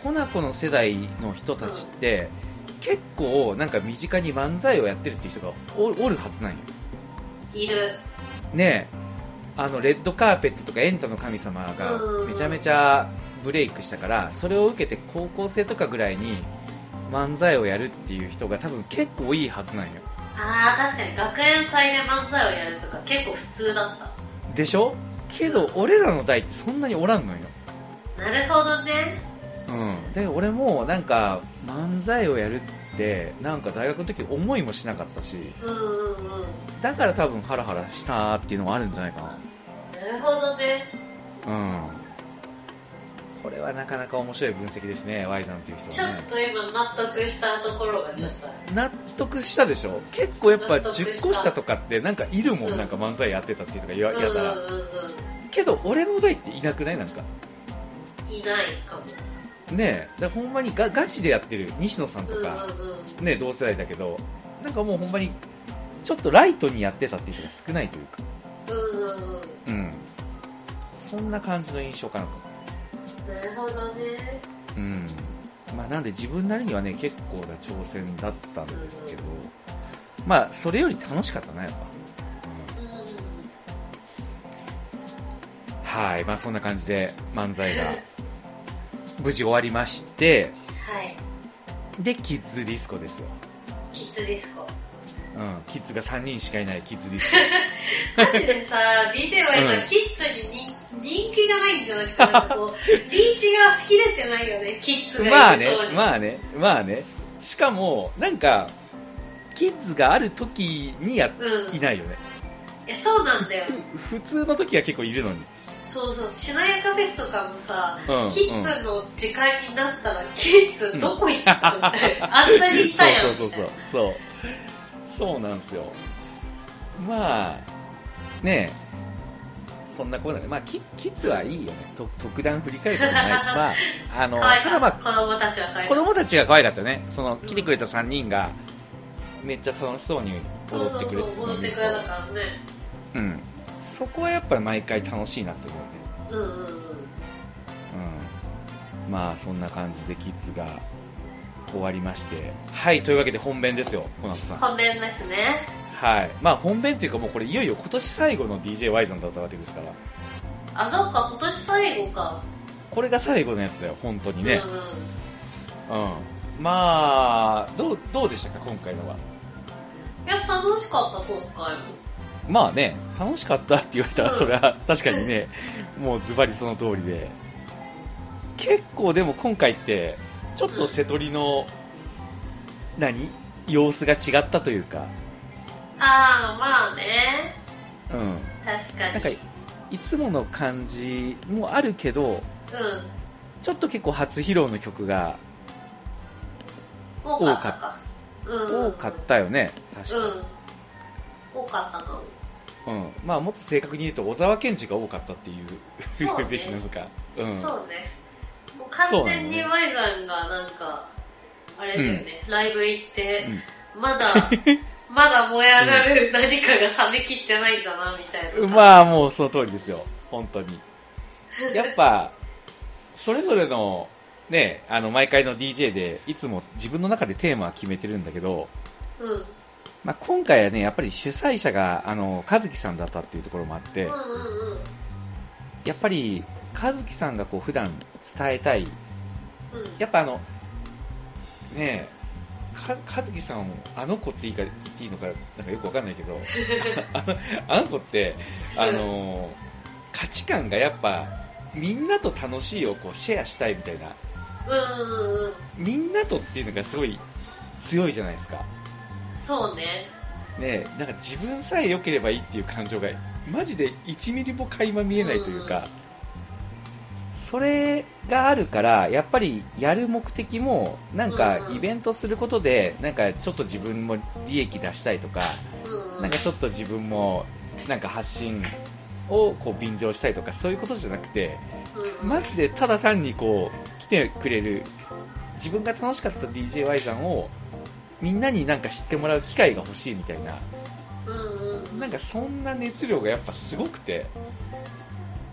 [SPEAKER 1] コナコの世代の人たちって、結構なんか身近に漫才をやってるっていう人がおおるはずなんよ
[SPEAKER 2] いる
[SPEAKER 1] ねえあのレッドカーペットとかエンタの神様が
[SPEAKER 2] うん
[SPEAKER 1] めちゃめちゃブレイクしたからそれを受けて高校生とかぐらいに漫才をやるっていう人が多分結構いいはずなんよ
[SPEAKER 2] ああ確かに学園祭で漫才をやるとか結構普通だっ
[SPEAKER 1] でしょけど俺らの代ってそんなにおらんのよ
[SPEAKER 2] たなるほどね
[SPEAKER 1] うん、で俺もなんか漫才をやるってなんか大学の時思いもしなかったし
[SPEAKER 2] うんうんうん
[SPEAKER 1] だから多分ハラハラしたっていうのもあるんじゃないか
[SPEAKER 2] なるほどね
[SPEAKER 1] なうんこれはなかなか面白い分析ですね Y さんっていう
[SPEAKER 2] ち
[SPEAKER 1] 人
[SPEAKER 2] ょ
[SPEAKER 1] は
[SPEAKER 2] っ
[SPEAKER 1] ね
[SPEAKER 2] と今納得したところがちょっとある
[SPEAKER 1] 納得したでしょ結構やっぱ
[SPEAKER 2] 納得した
[SPEAKER 1] 10個下とかってなんかいるもん、
[SPEAKER 2] うん
[SPEAKER 1] なんか漫才やってたっていうとか言わやたら、
[SPEAKER 2] うんうんうん
[SPEAKER 1] けど俺の代っていなくないなんか
[SPEAKER 2] うんいないかも
[SPEAKER 1] ねえだからほんまにガガチでやってる西野さん
[SPEAKER 2] うん
[SPEAKER 1] と
[SPEAKER 2] うん
[SPEAKER 1] か、
[SPEAKER 2] うん
[SPEAKER 1] ね、同世代だけど、なんかもうほんまに、ちょっとライトにやってたっていう人が少ないというか、
[SPEAKER 2] うんうんうん
[SPEAKER 1] うん。そんな感じの印象かなと。
[SPEAKER 2] なるほどね
[SPEAKER 1] うん。まあ、なんで自分なりにはね、結構な挑戦だったんですけど、まあ、それより楽しかったな、やっぱ。
[SPEAKER 2] うん
[SPEAKER 1] うんはい、まあそんな感じで漫才が無事終わりまして、
[SPEAKER 2] はい
[SPEAKER 1] で、キッズディスコですよ。
[SPEAKER 2] キッズデ ィスコ
[SPEAKER 1] うん、キッズが3人しかいないキッズディス
[SPEAKER 2] マジでさ、DJY さん、
[SPEAKER 1] うん
[SPEAKER 2] キッズに人人気がないんじゃなくて、なんかこ う、リーチがしきれてないよね、キッズ
[SPEAKER 1] コ。
[SPEAKER 2] が
[SPEAKER 1] まあ
[SPEAKER 2] いる
[SPEAKER 1] ね
[SPEAKER 2] そう、に。
[SPEAKER 1] まあね、まあね。しかも、なんか、キッズがある時にや
[SPEAKER 2] うん。
[SPEAKER 1] い
[SPEAKER 2] い
[SPEAKER 1] ないよね。
[SPEAKER 2] や、そうなんだよ。
[SPEAKER 1] ふ普通の時は結構いるのに。
[SPEAKER 2] そうそう。しなやかフェスとかもさ、
[SPEAKER 1] うん
[SPEAKER 2] キッズの時間になったら、キッズどこ行った のみたいな。あんなにいたやん。
[SPEAKER 1] そうそうそうそ
[SPEAKER 2] み
[SPEAKER 1] う。そう。そうなんですよ。まあ、ねえ、そんなこんなで、まあ、キキッズはいいよねと特段振り返ることないま ああの
[SPEAKER 2] 可愛
[SPEAKER 1] た
[SPEAKER 2] か
[SPEAKER 1] だまあ
[SPEAKER 2] った子供たちは可愛
[SPEAKER 1] 子
[SPEAKER 2] かっ
[SPEAKER 1] 供たちが可愛かったねその来てくれた3人がめっちゃ楽しそうに
[SPEAKER 2] た
[SPEAKER 1] 踊ってくれ
[SPEAKER 2] そ
[SPEAKER 1] てた
[SPEAKER 2] うそうそう
[SPEAKER 1] のを
[SPEAKER 2] 踊っ
[SPEAKER 1] 見
[SPEAKER 2] て
[SPEAKER 1] ると
[SPEAKER 2] くれたからね
[SPEAKER 1] うんそこはやっぱり毎回楽しいなって思うね
[SPEAKER 2] うんうんうん
[SPEAKER 1] うんまあそんな感じでキッズが終わりましてはいというわけで本編ですよ小夏さん
[SPEAKER 2] 本命ですね
[SPEAKER 1] はいまあ本編というかもうこれいよいよ今年最後の d j y さんだったわけですから
[SPEAKER 2] あそっか今年最後か
[SPEAKER 1] これが最後のやつだよ本当にね
[SPEAKER 2] うんう
[SPEAKER 1] う
[SPEAKER 2] ん
[SPEAKER 1] ん、まあどうどうでしたか今回のはい
[SPEAKER 2] や楽しかった今回も
[SPEAKER 1] まあね楽しかったって言われたら
[SPEAKER 2] うん
[SPEAKER 1] それは確かにねもうズバリその通りで結構でも今回ってちょっと瀬戸りの何様子が違ったというか
[SPEAKER 2] ああまあね
[SPEAKER 1] うん
[SPEAKER 2] 確かに
[SPEAKER 1] なんかいつもの感じもあるけど
[SPEAKER 2] うん
[SPEAKER 1] ちょっと結構初披露の曲が
[SPEAKER 2] 多かったかうん
[SPEAKER 1] 多かったよね確
[SPEAKER 2] う
[SPEAKER 1] か
[SPEAKER 2] ん多かったかも
[SPEAKER 1] に、うんまあ、もっと正確に言うと小沢健二が多かったっていう
[SPEAKER 2] そ うね
[SPEAKER 1] べきなのか、うん、
[SPEAKER 2] そうね。もう完全にワイさんがなんか、あれだよね、ライブ行って、ま だ、まだ燃え上がる何かが冷めきってないんだな、みたいな。
[SPEAKER 1] うんまあもうその通りですよ本当にやっぱそれぞれのねあの毎回の DJ でいつも自分の中でテーマは決めてるんだけど、
[SPEAKER 2] うん。うん
[SPEAKER 1] まあ、今回はねやっぱり主催者があの和樹さんだったっていうところもあって、
[SPEAKER 2] うんうん。
[SPEAKER 1] やっぱり和樹さんがこう普段伝えたい
[SPEAKER 2] うん、
[SPEAKER 1] やっぱあのねえか和樹さんもあの子っていいか言っていいのかなんかよくわかんないけどあのあの子ってあの価値観がやっぱみんなと楽しいをこうシェアしたいみたいな
[SPEAKER 2] うんうんうん。
[SPEAKER 1] みんなとっていうのがすごい強いじゃないですか
[SPEAKER 2] そうね。
[SPEAKER 1] ねえなんか自分さえ良ければいいっていう感情がマジで1ミリも垣間見えないというか、それがあるからやっぱりやる目的もなん
[SPEAKER 2] うん
[SPEAKER 1] か
[SPEAKER 2] うん
[SPEAKER 1] イベントすることでなんかちょっと自分も利益出したいとか
[SPEAKER 2] うんうん。
[SPEAKER 1] なんかちょっと自分もなんか発信をこう便乗したいとかそういうことじゃなくて
[SPEAKER 2] うんうん、
[SPEAKER 1] マジでただ単にこう来てくれる自分が楽しかった DJY さんをみんなになんか知ってもらう機会が欲しいみたいな
[SPEAKER 2] うんうん。
[SPEAKER 1] なんかそんな熱量がやっぱすごくて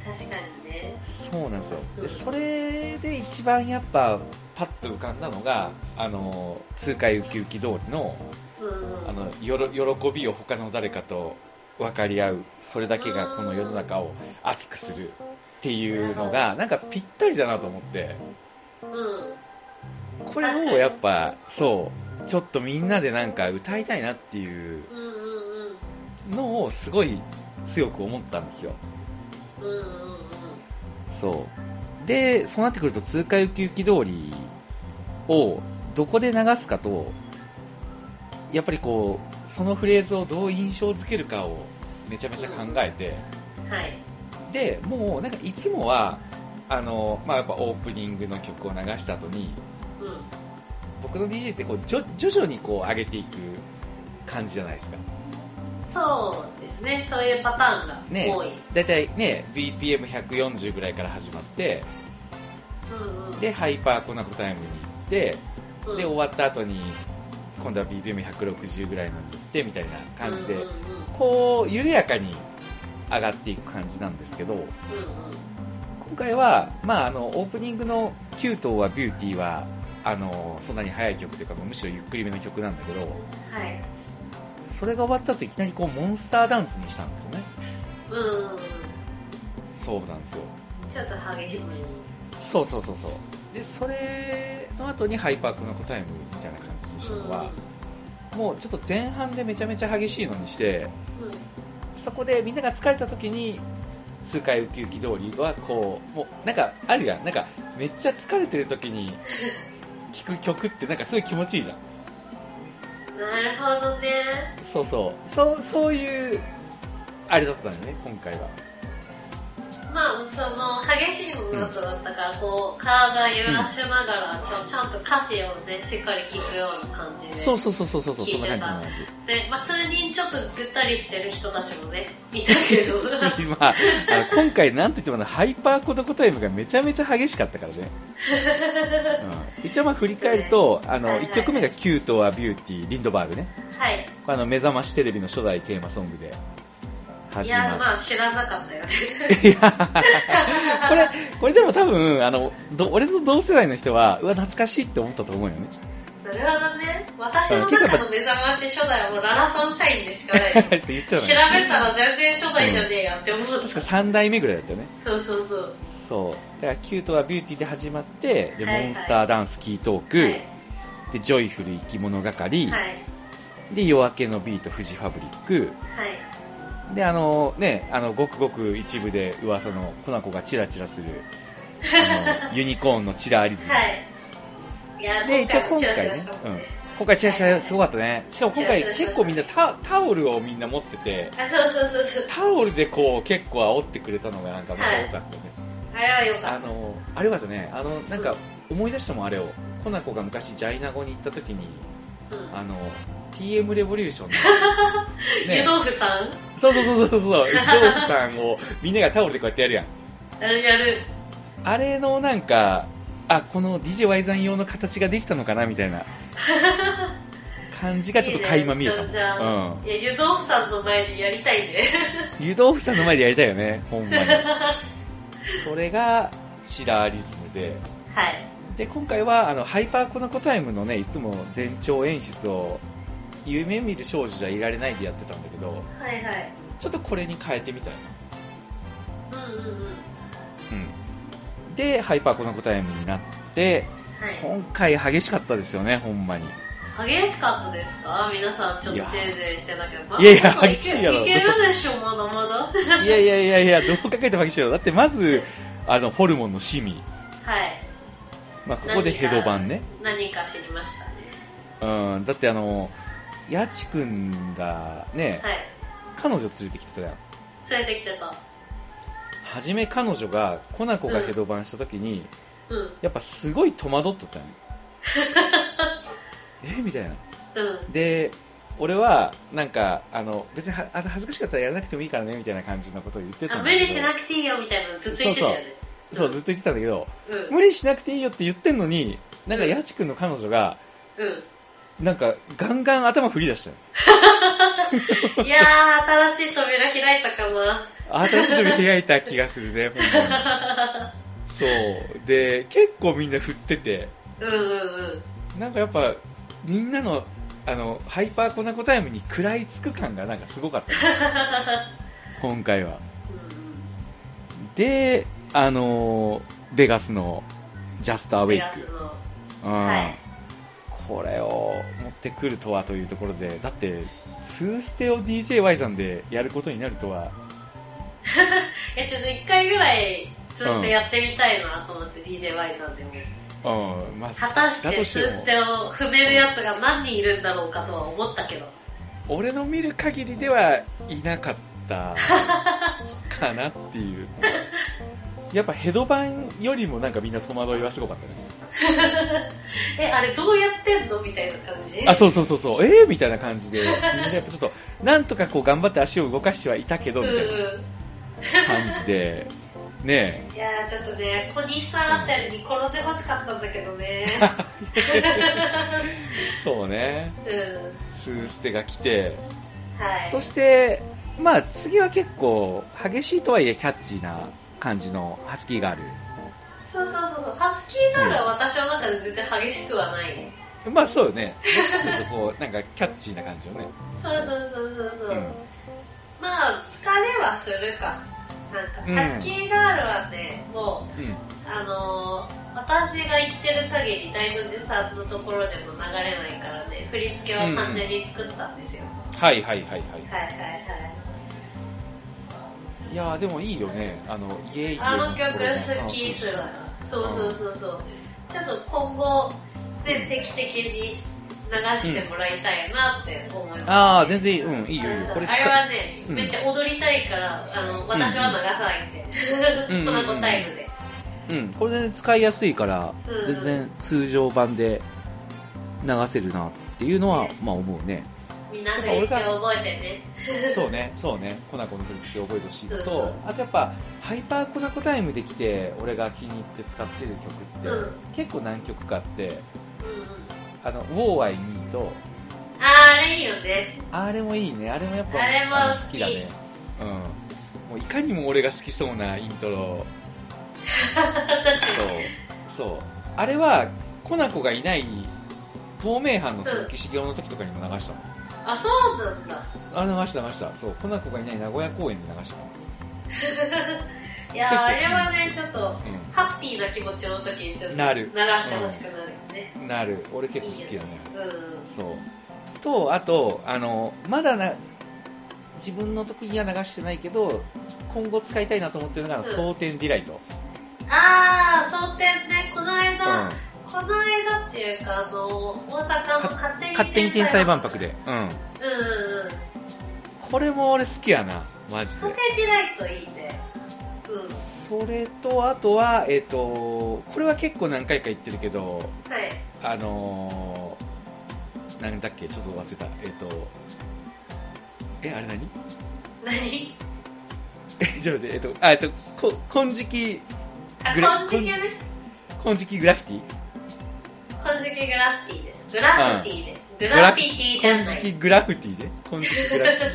[SPEAKER 2] 確かにね。
[SPEAKER 1] そうなんですよでそれで一番やっぱパッと浮かんだのがあの痛快ウキウキ通りの
[SPEAKER 2] うんうん。
[SPEAKER 1] あのよろ喜びを他の誰かと分かり合うそれだけがこの世の中を熱くするっていうのがなんかぴったりだなと思って
[SPEAKER 2] うん。
[SPEAKER 1] これをやっぱそうちょっとみんなでなんか歌いたいなっていう
[SPEAKER 2] うんうんうん。
[SPEAKER 1] のをすごい強く思ったんですよ
[SPEAKER 2] うんうんうん。
[SPEAKER 1] そう。で、そうなってくると、通過ウキウキ通りをどこで流すかと、やっぱりこう、そのフレーズをどう印象付けるかをめちゃめちゃ考えて、
[SPEAKER 2] はい。
[SPEAKER 1] で、もうなんかいつもは、あの、まあ、やっぱオープニングの曲を流した後に、
[SPEAKER 2] うん。
[SPEAKER 1] 僕の DJ ってこう、じょ徐々にこう上げていく感じじゃないですか。
[SPEAKER 2] そうですね。そういうパターンが
[SPEAKER 1] ね
[SPEAKER 2] 多い。
[SPEAKER 1] だいたいね、BPM140 ぐらいから始まって、
[SPEAKER 2] うんうん。
[SPEAKER 1] で、ハイパーコナコタイムに行って、
[SPEAKER 2] うん、
[SPEAKER 1] で終わった後に今度は BPM160 ぐらいのに行ってみたいな感じ
[SPEAKER 2] うん
[SPEAKER 1] で
[SPEAKER 2] うんうんうん
[SPEAKER 1] こう緩やかに上がっていく感じなんですけど
[SPEAKER 2] う
[SPEAKER 1] 今回は、まあ、あのオープニングの「キュートはビューティーは」あのそんなに速い曲というかむしろゆっくりめの曲なんだけど
[SPEAKER 2] んはい。
[SPEAKER 1] それが終わった後いきなりこうモンスターダンスにしたんですよね
[SPEAKER 2] うん。
[SPEAKER 1] そうなんですよ
[SPEAKER 2] ちょっと激しめに。
[SPEAKER 1] そうそうそうそうでそれの後にハイパークのコタイムみたいな感じにしたのはもうちょっと前半でめちゃめちゃ激しいのにして
[SPEAKER 2] うん。
[SPEAKER 1] そこでみんなが疲れた時に痛快ウキウキ通りはこうもうなんかあるやんなんかめっちゃ疲れてる時に聴く曲ってなんかすごい気持ちいいじゃん
[SPEAKER 2] なるほどね。
[SPEAKER 1] そうそうそうそういうあれだったんだよね今回は
[SPEAKER 2] ままあ、その、激しいものだとだったから、こう、体揺らしながら、ちょちゃんと歌詞をね、しっかり聞くような感じで。
[SPEAKER 1] そうそうそうそうそうそうそんな感じそんな感じ
[SPEAKER 2] で、まあ、数人ちょっとぐったりしてる人たちもね、 いたけど。
[SPEAKER 1] まあ、あの 今回なんといってもねハイパーコドコタイムがめちゃめちゃ激しかったから ね、うん一応まあ振り返るとあ
[SPEAKER 2] はい
[SPEAKER 1] の
[SPEAKER 2] はい
[SPEAKER 1] 1曲目が「キュートはビューティー」リンドバーグね
[SPEAKER 2] はい。
[SPEAKER 1] これあの目覚ましテレビの初代テーマソングで
[SPEAKER 2] い
[SPEAKER 1] 始ま
[SPEAKER 2] や、
[SPEAKER 1] る
[SPEAKER 2] まあ、知らなかったよね。
[SPEAKER 1] いや これこれでも多分あのど俺と同世代の人はうわ懐かしいって思ったと思うよね
[SPEAKER 2] なるほどね。私の中の目覚まし初代はもうララソン社員でしかない
[SPEAKER 1] 言
[SPEAKER 2] よ
[SPEAKER 1] っ。
[SPEAKER 2] 調
[SPEAKER 1] てたね
[SPEAKER 2] べたら全然初代じゃねえやって思う。
[SPEAKER 1] 確か3代目ぐらいだったよね
[SPEAKER 2] そうそうそう。
[SPEAKER 1] そうだから「キュートはビューティー」で始まってで、
[SPEAKER 2] はいはい
[SPEAKER 1] モンスターダンスキートーク、
[SPEAKER 2] はい。
[SPEAKER 1] でジョイフル生き物係、
[SPEAKER 2] はい。
[SPEAKER 1] で夜明けのビートフジファブリック
[SPEAKER 2] はい。
[SPEAKER 1] であのねあのごくごく一部で噂のコナコがチラチラするあ のユニコーンのチラーリズム、
[SPEAKER 2] はい。いや、
[SPEAKER 1] で
[SPEAKER 2] 今
[SPEAKER 1] 一応
[SPEAKER 2] 回
[SPEAKER 1] 今
[SPEAKER 2] はチラ
[SPEAKER 1] 回ね
[SPEAKER 2] チラしたもん
[SPEAKER 1] うん
[SPEAKER 2] ね。
[SPEAKER 1] 今回チラチラすごかったねしかも今回
[SPEAKER 2] チラチラしまし
[SPEAKER 1] 結構
[SPEAKER 2] た
[SPEAKER 1] みんなタタオルをみんな持ってて
[SPEAKER 2] あ、そうそうそうそう。
[SPEAKER 1] タオルでこう結構煽ってくれたのがなんかまた多かったね、
[SPEAKER 2] あれは良か
[SPEAKER 1] あ
[SPEAKER 2] っ
[SPEAKER 1] のあれはねあのなんか思い出したもんあれをコナコが昔ジャイナゴに行った時に
[SPEAKER 2] た。うん
[SPEAKER 1] あの TM レボリューションの
[SPEAKER 2] 湯豆腐さん
[SPEAKER 1] そうそうそうそう そう、伊藤さんをみんながタオルでこうやってやるやん。
[SPEAKER 2] やるやる。
[SPEAKER 1] あれのなんか、あ、この DJY さん用の形ができたのかなみたいな感じがちょっと垣間見えた
[SPEAKER 2] いいねじゃ
[SPEAKER 1] もん。
[SPEAKER 2] いや、湯豆腐さんの前でやりたいね。
[SPEAKER 1] うん。湯豆腐さんの前でやりたいよね、ほんまに。それが、チラーリズムで。
[SPEAKER 2] はい。
[SPEAKER 1] で、今回は、あの、ハイパーコナコタイムのね、いつも前兆演出を、夢見る少女じゃいられないでやってたんだけど、
[SPEAKER 2] はいはい。
[SPEAKER 1] ちょっとこれに変えてみたいな。
[SPEAKER 2] うんうんうん。
[SPEAKER 1] うん。で、ハイパーコナコタイムになって、
[SPEAKER 2] はい。
[SPEAKER 1] 今回激しかったですよね、ほんまに。
[SPEAKER 2] 激しかったですか皆さんちょっとジェージェーしてたけど。まあ
[SPEAKER 1] いやいや
[SPEAKER 2] まあ
[SPEAKER 1] 激しいやろ
[SPEAKER 2] いけるでしょ、まだまだ。
[SPEAKER 1] いやいやいやいや、どう考えても激しいよ。だってまず、あの、ホルモンのシミ。
[SPEAKER 2] はい。
[SPEAKER 1] まあ、ここでヘドバンね。
[SPEAKER 2] 何か知りましたね。
[SPEAKER 1] うん、だってあの、ヤチくんがね、
[SPEAKER 2] はい。
[SPEAKER 1] 彼女連れてきてたやん。
[SPEAKER 2] 連れてきてた。
[SPEAKER 1] はじめ彼女が、コナコがヘドバンした時に、
[SPEAKER 2] うん。
[SPEAKER 1] やっぱすごい戸惑っとったよね。えみたいな。
[SPEAKER 2] うん。
[SPEAKER 1] で、俺は、なんか、あの、別にはあ恥ずかしかったらやらなくてもいいからね、みたいな感じのことを言ってた
[SPEAKER 2] あ
[SPEAKER 1] んだけ
[SPEAKER 2] 無
[SPEAKER 1] ど。
[SPEAKER 2] 理しなくていいよみたいなのずっと言ってたよね。
[SPEAKER 1] そう、ずっと言ってたんだけど、
[SPEAKER 2] うん。
[SPEAKER 1] 無理しなくていいよって言ってんのに、なんか、やちくんの彼女が、
[SPEAKER 2] う
[SPEAKER 1] なんか、ガンガン頭振り出したよ。
[SPEAKER 2] ん。いやー、新しい扉開いたかな。
[SPEAKER 1] 新しい扉開いた気がする ね、ほんまに。そう。で、結構みんな振ってて、
[SPEAKER 2] うんうんうん。
[SPEAKER 1] なんかやっぱ、みんなの、あの、ハイパーコナコタイムに食らいつく感がなんかすごか ったね。今回は。で、あのー、ベガスの、ジャストアウ
[SPEAKER 2] ウ
[SPEAKER 1] ェ
[SPEAKER 2] ェ
[SPEAKER 1] イ
[SPEAKER 2] イ
[SPEAKER 1] ク。
[SPEAKER 2] ク。
[SPEAKER 1] うん。
[SPEAKER 2] はい
[SPEAKER 1] これを持ってくるとはというところで、だって、2ステを DJY さんでやることになるとは、
[SPEAKER 2] え、ちょっと一回ぐらい、ツーステやってみたいなと思って、DJY さんでも。
[SPEAKER 1] うん、まあ、
[SPEAKER 2] 果たして
[SPEAKER 1] だと
[SPEAKER 2] ツ
[SPEAKER 1] し
[SPEAKER 2] ー
[SPEAKER 1] て
[SPEAKER 2] ス
[SPEAKER 1] も、
[SPEAKER 2] テを踏めるやつが何人いるんだろうかとは思ったけど。
[SPEAKER 1] 俺の見る限りではいなかったかなっていう。やっぱヘドバンよりもなんかみんな戸惑いはすごかったね。
[SPEAKER 2] え、あれどうやってんのみたいな感じ
[SPEAKER 1] あ、そうそうそうそう、えー、みたいな感じで、みんなやっぱちょっと、なんとかこう頑張って足を動かしてはいたけど、
[SPEAKER 2] うん
[SPEAKER 1] み
[SPEAKER 2] う。
[SPEAKER 1] たいなん感じで、ねえ、
[SPEAKER 2] いやーちょっとね、小西さんあたりに転んでほしかったんだけどね。
[SPEAKER 1] そうね、
[SPEAKER 2] うん。
[SPEAKER 1] スーステが来て、
[SPEAKER 2] はい。
[SPEAKER 1] そして、まあ次は結構激しいとはいえキャッチーな感じのハスキーガー
[SPEAKER 2] そうそうそうそう。ハスキーガールは私の中で全然激しくはない。
[SPEAKER 1] ル。まあそうよね、どっちかというとこ う、なんかキャッチーな感じよね。
[SPEAKER 2] そうそうそうそうそう。
[SPEAKER 1] うん
[SPEAKER 2] まあ、疲れはするか。なんか、
[SPEAKER 1] うん
[SPEAKER 2] ハスキーガールはね、もう、
[SPEAKER 1] う
[SPEAKER 2] あのー私が言ってる限り、大文字さんのところでも流れないからね、振り付けは完全に作ったんですよ。
[SPEAKER 1] ん、はいはいはいは
[SPEAKER 2] はいはいはい。
[SPEAKER 1] い。いやーでもいいよね、あの、イエーイ
[SPEAKER 2] あの曲好
[SPEAKER 1] 楽し
[SPEAKER 2] き
[SPEAKER 1] いし
[SPEAKER 2] する。そうそうそうそう。ちょっと今後、ね、定期的に流してもらいたいなって思います、
[SPEAKER 1] ああ、全然いい。うん、いいよ、いいよ。
[SPEAKER 2] そう
[SPEAKER 1] これ
[SPEAKER 2] あれ
[SPEAKER 1] 使
[SPEAKER 2] は
[SPEAKER 1] っ
[SPEAKER 2] ね、
[SPEAKER 1] うん
[SPEAKER 2] めっちゃ踊りたいから、あの、私は流さないんで。
[SPEAKER 1] うん
[SPEAKER 2] コナコタイムで。
[SPEAKER 1] うん、これ全然使いやすいから
[SPEAKER 2] う、ん
[SPEAKER 1] 全然通常版で流せるなっていうのは、まあ思うね。
[SPEAKER 2] みんな振り付け覚えてね。
[SPEAKER 1] そうね、そうね、コナコの振り付けを覚えてほしいのと、あとやっぱ、ハイパーコナコタイムで来て、俺が気に入って使ってる曲って、
[SPEAKER 2] うん
[SPEAKER 1] 結構何曲かあって、
[SPEAKER 2] うんうん。
[SPEAKER 1] あの、ウォーアイニーと、
[SPEAKER 2] あー、あれいいよね。
[SPEAKER 1] あれもいいね、あれもやっぱ
[SPEAKER 2] あれも
[SPEAKER 1] あの
[SPEAKER 2] 好き
[SPEAKER 1] だね。うん。もういかにも俺が好きそうなイントロ。
[SPEAKER 2] 確かに。
[SPEAKER 1] そう。そう。あれは、コナコがいない透明版の鈴木茂雄の時とかにも流したもん。
[SPEAKER 2] あ、そうなんだ。
[SPEAKER 1] あれ流した流した。そう、コナコがいない名古屋公演で流したもん。
[SPEAKER 2] いや
[SPEAKER 1] 結
[SPEAKER 2] ー、
[SPEAKER 1] 構
[SPEAKER 2] あれはね、ちょっと、
[SPEAKER 1] う
[SPEAKER 2] ハッピーな気持ちの時にちょっと
[SPEAKER 1] な
[SPEAKER 2] 流
[SPEAKER 1] る
[SPEAKER 2] してほしくなるよね。
[SPEAKER 1] ん。なる。俺結構好きだね。
[SPEAKER 2] うん。うん
[SPEAKER 1] そう。と、あと、あの、まだな、自分の時には流してないけど、今後使いたいなと思ってるのが、
[SPEAKER 2] うん
[SPEAKER 1] 蒼天ディライト。
[SPEAKER 2] あー、蒼天ね、この間、
[SPEAKER 1] う
[SPEAKER 2] この間っていうか、あの、大阪の勝手
[SPEAKER 1] ん。
[SPEAKER 2] に
[SPEAKER 1] 勝手に天才万博。で。うん。
[SPEAKER 2] うんうんうん。
[SPEAKER 1] これも俺好きやな、マジ
[SPEAKER 2] ソテ
[SPEAKER 1] で。
[SPEAKER 2] ーピライトいいね。うん。
[SPEAKER 1] それと、あとは、えっ、と、これは結構何回か言ってるけど、
[SPEAKER 2] はい。
[SPEAKER 1] あのー、なんだっけ、ちょっと忘れた。えっ、と、え、あれ何
[SPEAKER 2] 何
[SPEAKER 1] え、ちょっと待って、えっ、と、あ、えっ、と、こ、金色、グラ
[SPEAKER 2] あ、金色です。
[SPEAKER 1] 金色グラフィティ
[SPEAKER 2] 金色グラフィティです。グラフィティです。グ
[SPEAKER 1] グ
[SPEAKER 2] ラフィティじゃない。
[SPEAKER 1] 金色グラフィティで金色グラフィテ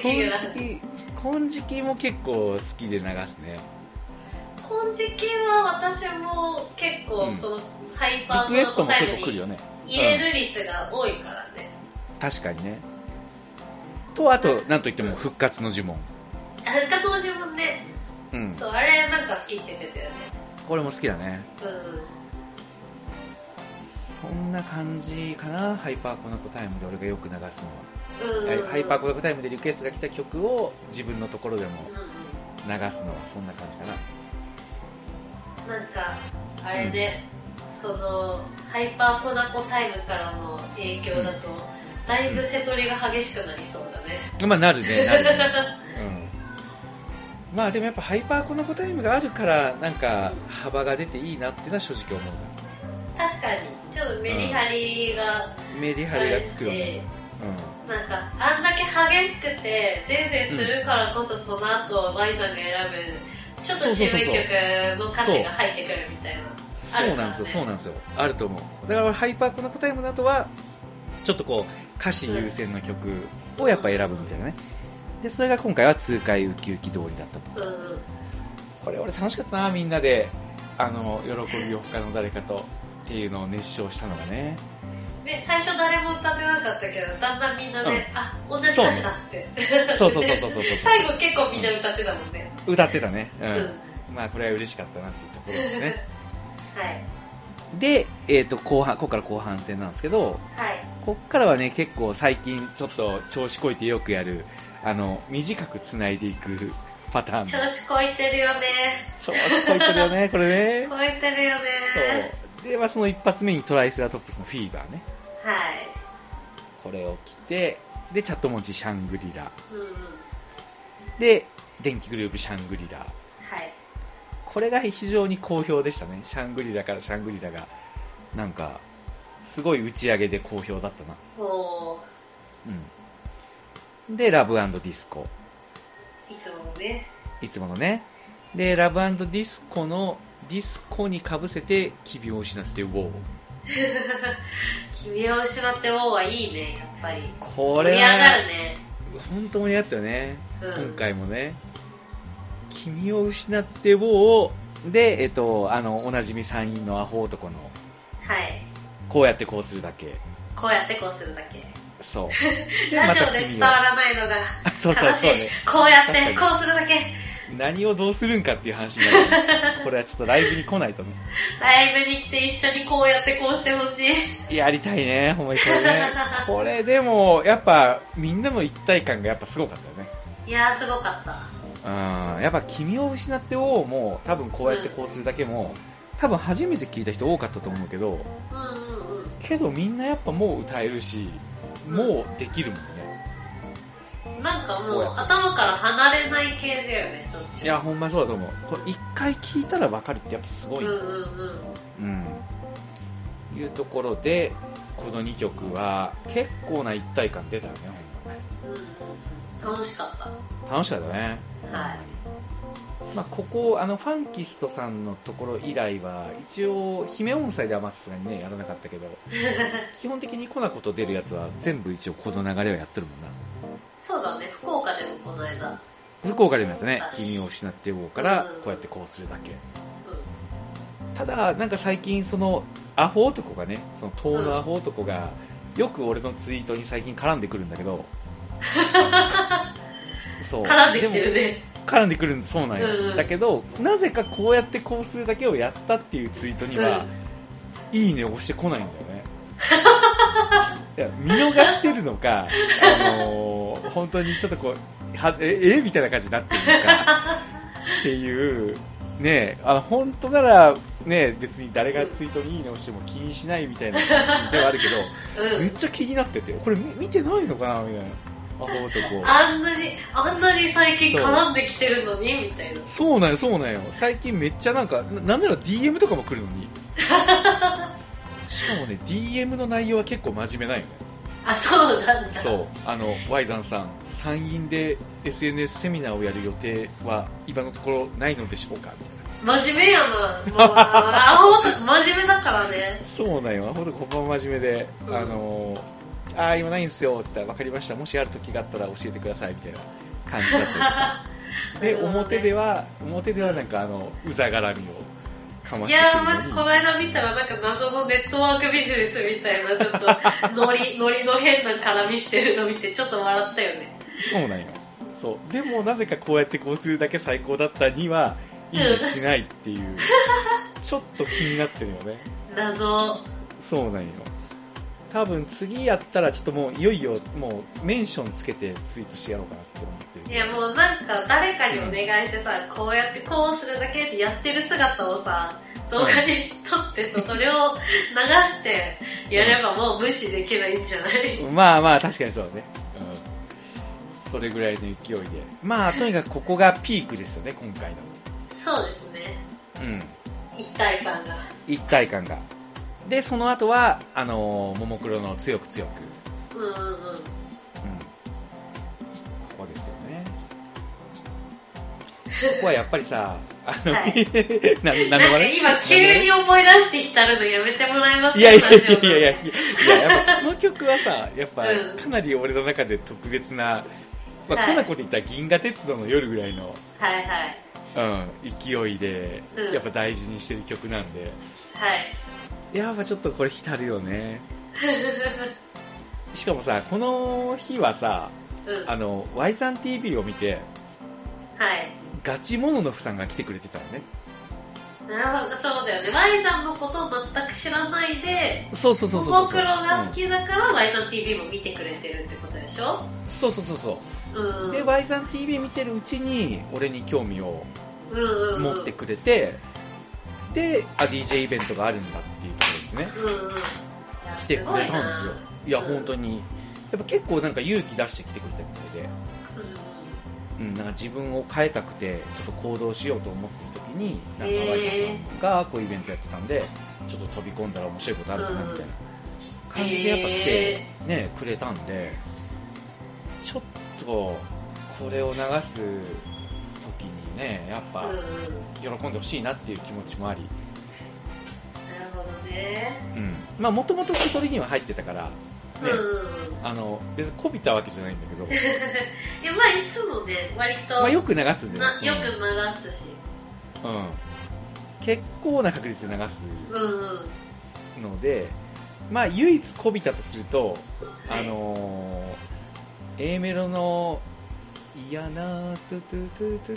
[SPEAKER 1] ィ。
[SPEAKER 2] 金色グ
[SPEAKER 1] 金
[SPEAKER 2] ラフィティ。
[SPEAKER 1] 色、金色も結構好きで流すね。
[SPEAKER 2] 金色は私も結構、
[SPEAKER 1] うん
[SPEAKER 2] その、ハイパ
[SPEAKER 1] リ
[SPEAKER 2] ー
[SPEAKER 1] クエスト
[SPEAKER 2] の
[SPEAKER 1] も
[SPEAKER 2] 答
[SPEAKER 1] 結
[SPEAKER 2] え
[SPEAKER 1] 構来る
[SPEAKER 2] に
[SPEAKER 1] よね。
[SPEAKER 2] 入れる率が多いからね。
[SPEAKER 1] 確かにね。と、あと、なんといっても、復活の呪文。
[SPEAKER 2] あ復活の呪文ね、
[SPEAKER 1] うん。
[SPEAKER 2] そう、あれなんか好きって言ってたよね。
[SPEAKER 1] これも好きだね。
[SPEAKER 2] うん。
[SPEAKER 1] そんな感じかな、ハイパーコナコタイムで俺がよく流すのは。
[SPEAKER 2] うんうんうん、
[SPEAKER 1] ハイパーコナコタイムでリクエストが来た曲を自分のところでも
[SPEAKER 2] うんう
[SPEAKER 1] 流すのはそんな感じかな。
[SPEAKER 2] んなんかあれね、そのハイパーコナコタイムからの影響だと、だいぶ瀬取りが激しくなりそうだね、
[SPEAKER 1] まあ、なる ね、なるね。うん。まあでもやっぱハイパーコナコタイムがあるから、なんか幅が出ていいなっていうのは正直思うな
[SPEAKER 2] 確かにちょっとメリハリが
[SPEAKER 1] メリ
[SPEAKER 2] あ
[SPEAKER 1] ハリが
[SPEAKER 2] る
[SPEAKER 1] つ
[SPEAKER 2] し、
[SPEAKER 1] くよね。うん。
[SPEAKER 2] なんかあんだけ激しくてゼーゼーするからこそその後ワイさんが選ぶちょっと渋い曲の歌詞が入ってくるみたいな
[SPEAKER 1] そうなんですよ、
[SPEAKER 2] あるからね
[SPEAKER 1] そうなんですよ。あると思う。だからハイパーコナコタイムの後は、ちょっとこう、歌詞優先の曲をやっぱ選ぶみたいなね。で、それが今回は痛快ウキウキ通りだったと。
[SPEAKER 2] うんうん
[SPEAKER 1] これ俺楽しかったな、みんなで、あの、喜びを他の誰かとっていうのを熱唱したのがね。
[SPEAKER 2] ね、最初誰も歌ってなかったけど、だんだんみんなね、あ、同じ歌詞だって。
[SPEAKER 1] そうそうそうそうそうそう
[SPEAKER 2] 最後結構みんな歌ってたもんね。
[SPEAKER 1] 歌ってたね。う
[SPEAKER 2] うんん。。
[SPEAKER 1] まあこれは嬉しかったなっていうところです ね。
[SPEAKER 2] はい。
[SPEAKER 1] で、えっ、と、後半、ここから後半戦なんですけど、
[SPEAKER 2] はい。
[SPEAKER 1] こっからはね、結構最近ちょっと調子こいてよくやる、あの、短く繋いでいくパターン。
[SPEAKER 2] 調子こいてるよね。
[SPEAKER 1] 調子こいてるよ ね、これね。
[SPEAKER 2] こいてるよね。
[SPEAKER 1] そう。で、まあその一発目にトライセラトップスのフィーバーね。
[SPEAKER 2] はい。
[SPEAKER 1] これを着て、で、チャットモンチーシャングリラ。
[SPEAKER 2] うんうん。
[SPEAKER 1] で、電気グループシャングリラ。
[SPEAKER 2] はい。
[SPEAKER 1] これが非常に好評でしたね。シャングリラからシャングリラが、なんか、すごい打ち上げで好評だったな。
[SPEAKER 2] も
[SPEAKER 1] うん。で、ラブディスコ。
[SPEAKER 2] う、いつものね。
[SPEAKER 1] いつものね。で、ラブディスコの、ディスコにかぶせて、機微を失って、ウォー。
[SPEAKER 2] 君を失って王はいいね、やっぱり。
[SPEAKER 1] こ
[SPEAKER 2] 盛り
[SPEAKER 1] れ
[SPEAKER 2] 上が
[SPEAKER 1] は、
[SPEAKER 2] るね。
[SPEAKER 1] 本当にやったよね。
[SPEAKER 2] うん
[SPEAKER 1] 今回もね。君を失って、ウォーを、で、えっと、あの、おなじみ参院のアホ男の、
[SPEAKER 2] はい。
[SPEAKER 1] こうやってこうするだけ。
[SPEAKER 2] こうやってこうするだけ。
[SPEAKER 1] そう。で
[SPEAKER 2] ラジ
[SPEAKER 1] ま
[SPEAKER 2] オ
[SPEAKER 1] た
[SPEAKER 2] で
[SPEAKER 1] 君
[SPEAKER 2] 伝
[SPEAKER 1] を
[SPEAKER 2] わらないのが
[SPEAKER 1] あ
[SPEAKER 2] 悲 しい。
[SPEAKER 1] そうそうそうね
[SPEAKER 2] こうやって
[SPEAKER 1] 確か
[SPEAKER 2] こうするだけ。
[SPEAKER 1] 何をどうするんかっていう話にな る。これはちょっとライブに来ないとね。
[SPEAKER 2] ライブに来て一緒にこうやってこうしてほしい。
[SPEAKER 1] やりたいね、ほんまにこれ ね。これでも、やっぱ、みんなの一体感がやっぱすごかったよね。
[SPEAKER 2] いやーすごかった。
[SPEAKER 1] うん。やっぱ、君を失って王も、多分こうやってこうするだけも、多分初めて聞いた人多かったと思うけど、
[SPEAKER 2] うんうんうん。
[SPEAKER 1] けどみんなやっぱもう歌えるし、もうできるもんね。
[SPEAKER 2] なんかもう頭から離れない系だよね、どっちも。
[SPEAKER 1] いや、ほんまそうだと思う。これ一回聞いたらわかるってやっぱすごい。
[SPEAKER 2] うん
[SPEAKER 1] う
[SPEAKER 2] うんうん。
[SPEAKER 1] ん。いうところで、この2曲は結構な一体感出たよね、ほん
[SPEAKER 2] うん、楽しかった。
[SPEAKER 1] ま。楽しかったね。
[SPEAKER 2] はい。
[SPEAKER 1] まあ、ここあのファンキストさんのところ以来は一応姫音祭ではまあさすがにねやらなかったけど基本的にコナコと出るやつは全部一応この流れをやってるもんな
[SPEAKER 2] そうだね、福岡でもこの間。
[SPEAKER 1] 福岡でもやったね
[SPEAKER 2] あ
[SPEAKER 1] 「君を失ってよう」から
[SPEAKER 2] うん
[SPEAKER 1] こうやってこうするだけ
[SPEAKER 2] う
[SPEAKER 1] ただなんか最近そのアホ男がねその遠のアホ男がよく俺のツイートに最近絡んでくるんだけ どそ
[SPEAKER 2] ん。
[SPEAKER 1] う
[SPEAKER 2] 絡んできて
[SPEAKER 1] も
[SPEAKER 2] るね。
[SPEAKER 1] 絡んでくるんそうなんよ、
[SPEAKER 2] うんうん
[SPEAKER 1] だけどなぜかこうやってこうするだけをやったっていうツイートには、いいねを押してこないんだよねいや見逃してるのか、あのー本当にちょっとこうはええみたいな感じになってるのかっていうねあの本当ならね別に誰がツイートにいいねを押しても気にしないみたいな感じではあるけど
[SPEAKER 2] うん。う
[SPEAKER 1] めっ
[SPEAKER 2] ん。
[SPEAKER 1] ちゃ気になっててこれみ見てないのかなみたいなアホ男
[SPEAKER 2] あんなに、あんなに最近絡んできてるのにみたいな。
[SPEAKER 1] そうなんよ、そうなんよ。最近めっちゃなんか、ななんなら DM とかも来るのに。しかもね、DM の内容は結構真面目なんよね。
[SPEAKER 2] あ、そうなんだ。
[SPEAKER 1] そう。あの、Y ザンさん、参院で SNS セミナーをやる予定は今のところないのでしょうかみたいな。
[SPEAKER 2] 真面目やな。もう、アホと真面目だからね。
[SPEAKER 1] そうなんよ、ほんとここも真面目で、
[SPEAKER 2] うん
[SPEAKER 1] あのー、あー今ないんすよって言ったら、わかりました、もしある時があったら教えてくださいみたいな感じだったりとか。 で、表で
[SPEAKER 2] は。
[SPEAKER 1] は、表ではなんかあの、うざがらみをかま
[SPEAKER 2] い
[SPEAKER 1] してくる
[SPEAKER 2] や
[SPEAKER 1] の
[SPEAKER 2] ー、
[SPEAKER 1] に。
[SPEAKER 2] マジ、この間見たら、なんか謎のネットワークビジネスみたいな、ちょっと、ノリ、ノリの変な絡みしてるの見て、ちょっと笑ってたよね。
[SPEAKER 1] そうなんよ。そう。でも、なぜかこうやってこうするだけ最高だったには、いいねしないって いう、ちょっと気になってるよね。
[SPEAKER 2] 謎。
[SPEAKER 1] そうなんよ。多分次やったらちょっともういよいよもうメンションつけてツイートしてやろうかなって思って
[SPEAKER 2] い
[SPEAKER 1] る。
[SPEAKER 2] やもうなんか誰かにお願いしてさ、こうやってこうするだけでやってる姿をさ、動画に撮ってさ、それを流してやればもう無視できないんじゃない、
[SPEAKER 1] まあまあ確かにそうだね。うん。それぐらいの勢いで。まあとにかくここがピークですよね、今回の。
[SPEAKER 2] そうですね。
[SPEAKER 1] うん。
[SPEAKER 2] 一体感が。
[SPEAKER 1] 一体感が。で、その後は、あのー、ももクロの強く強く。
[SPEAKER 2] うんうんうん。
[SPEAKER 1] うんここですよね。ここはやっぱりさ、 あの、
[SPEAKER 2] は
[SPEAKER 1] な何
[SPEAKER 2] な
[SPEAKER 1] の
[SPEAKER 2] んか
[SPEAKER 1] 話
[SPEAKER 2] 今急に思い出して浸るのやめてもらえます
[SPEAKER 1] いやいやい
[SPEAKER 2] スタジオの
[SPEAKER 1] やいやいや、やっぱこの曲はさ、やっぱ
[SPEAKER 2] うん
[SPEAKER 1] かなり俺の中で特別な、まあ、
[SPEAKER 2] はい
[SPEAKER 1] コナコで言ったら銀河鉄道の夜ぐらいの、
[SPEAKER 2] はいはい。
[SPEAKER 1] うん、勢いで
[SPEAKER 2] う、ん
[SPEAKER 1] やっぱ大事にしてる曲なんで、
[SPEAKER 2] はい。
[SPEAKER 1] やっぱちょっとこれ浸るよ ね。しかもさ、この日はさ、
[SPEAKER 2] うん。
[SPEAKER 1] あの、Y3TV を見て、
[SPEAKER 2] はい。
[SPEAKER 1] ガチモノノフさんが来てくれてたのね。
[SPEAKER 2] なるほど、そうだよね。Y さんのことを全く知らないで、
[SPEAKER 1] そうそうそうそうそう。
[SPEAKER 2] ももクロが好きだから、Y さん TV も見てくれてるってことでしょ
[SPEAKER 1] うんそうそうそうそうう。
[SPEAKER 2] ん
[SPEAKER 1] で、Y さん TV 見てるうちに、俺に興味を
[SPEAKER 2] うんうんうん
[SPEAKER 1] 持ってくれて、で、あ、DJ イベントがあるんだっていうところですね。
[SPEAKER 2] うんうん
[SPEAKER 1] 来てくれたんですよ。いや、
[SPEAKER 2] うん
[SPEAKER 1] 本当に。やっぱ結構なんか勇気出してきてくれたみたいで、うん、なんか自分を変えたくて、ちょっと行動しようと思ってる時に、なんか
[SPEAKER 2] へー
[SPEAKER 1] ワイさんがこういうイベントやってたんで、ちょっと飛び込んだら面白いことあるかなみたいな感じでやっぱ来て、ね、くれたんで、ちょっとこれを流す時にね、やっ
[SPEAKER 2] うん
[SPEAKER 1] ぱ
[SPEAKER 2] うんうん
[SPEAKER 1] 喜んでほしいなっていう気持ちもあり、
[SPEAKER 2] なるほどね
[SPEAKER 1] うん、まあもともと小鳥には入ってたから、ね
[SPEAKER 2] うんうんうん
[SPEAKER 1] あの別にこびたわけじゃないんだ けど、
[SPEAKER 2] いやまあいつもね割と、
[SPEAKER 1] まあ、よく流すんで、
[SPEAKER 2] な
[SPEAKER 1] ね、
[SPEAKER 2] よく流すし
[SPEAKER 1] うん、うん結構な確率で流す
[SPEAKER 2] うんうん
[SPEAKER 1] ので、まあ唯一こびたとすると、
[SPEAKER 2] はい
[SPEAKER 1] あのー、A メロの嫌なトゥトゥトゥトゥ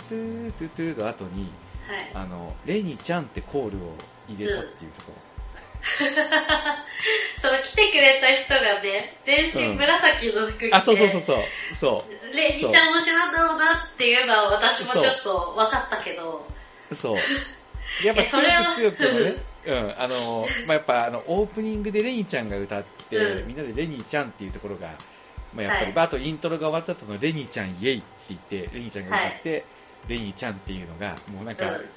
[SPEAKER 1] トゥトゥトゥの後に、
[SPEAKER 2] はい
[SPEAKER 1] あの、レニちゃんってコールを入れたっていうとこ
[SPEAKER 2] その来てくれた人がね全身紫の服着て、
[SPEAKER 1] ろ。あ、そうそうそうそう。そ
[SPEAKER 2] レイちゃんも知らんだろうなっていうのは私もちょっと分かったけど
[SPEAKER 1] う。そう。やっぱ
[SPEAKER 2] えそ
[SPEAKER 1] 強
[SPEAKER 2] れは
[SPEAKER 1] く強くのね、 うんあのまあ、やっぱあのオープニングでレニーちゃんが歌って、
[SPEAKER 2] うん
[SPEAKER 1] みんなでレニーちゃんっていうところが、まあ、やっぱり、
[SPEAKER 2] はい
[SPEAKER 1] まああとイントロが終わった後のレニーちゃんイエイって言ってレニーちゃんが歌って、レニーちゃんっていうのがもうなんか、
[SPEAKER 2] うん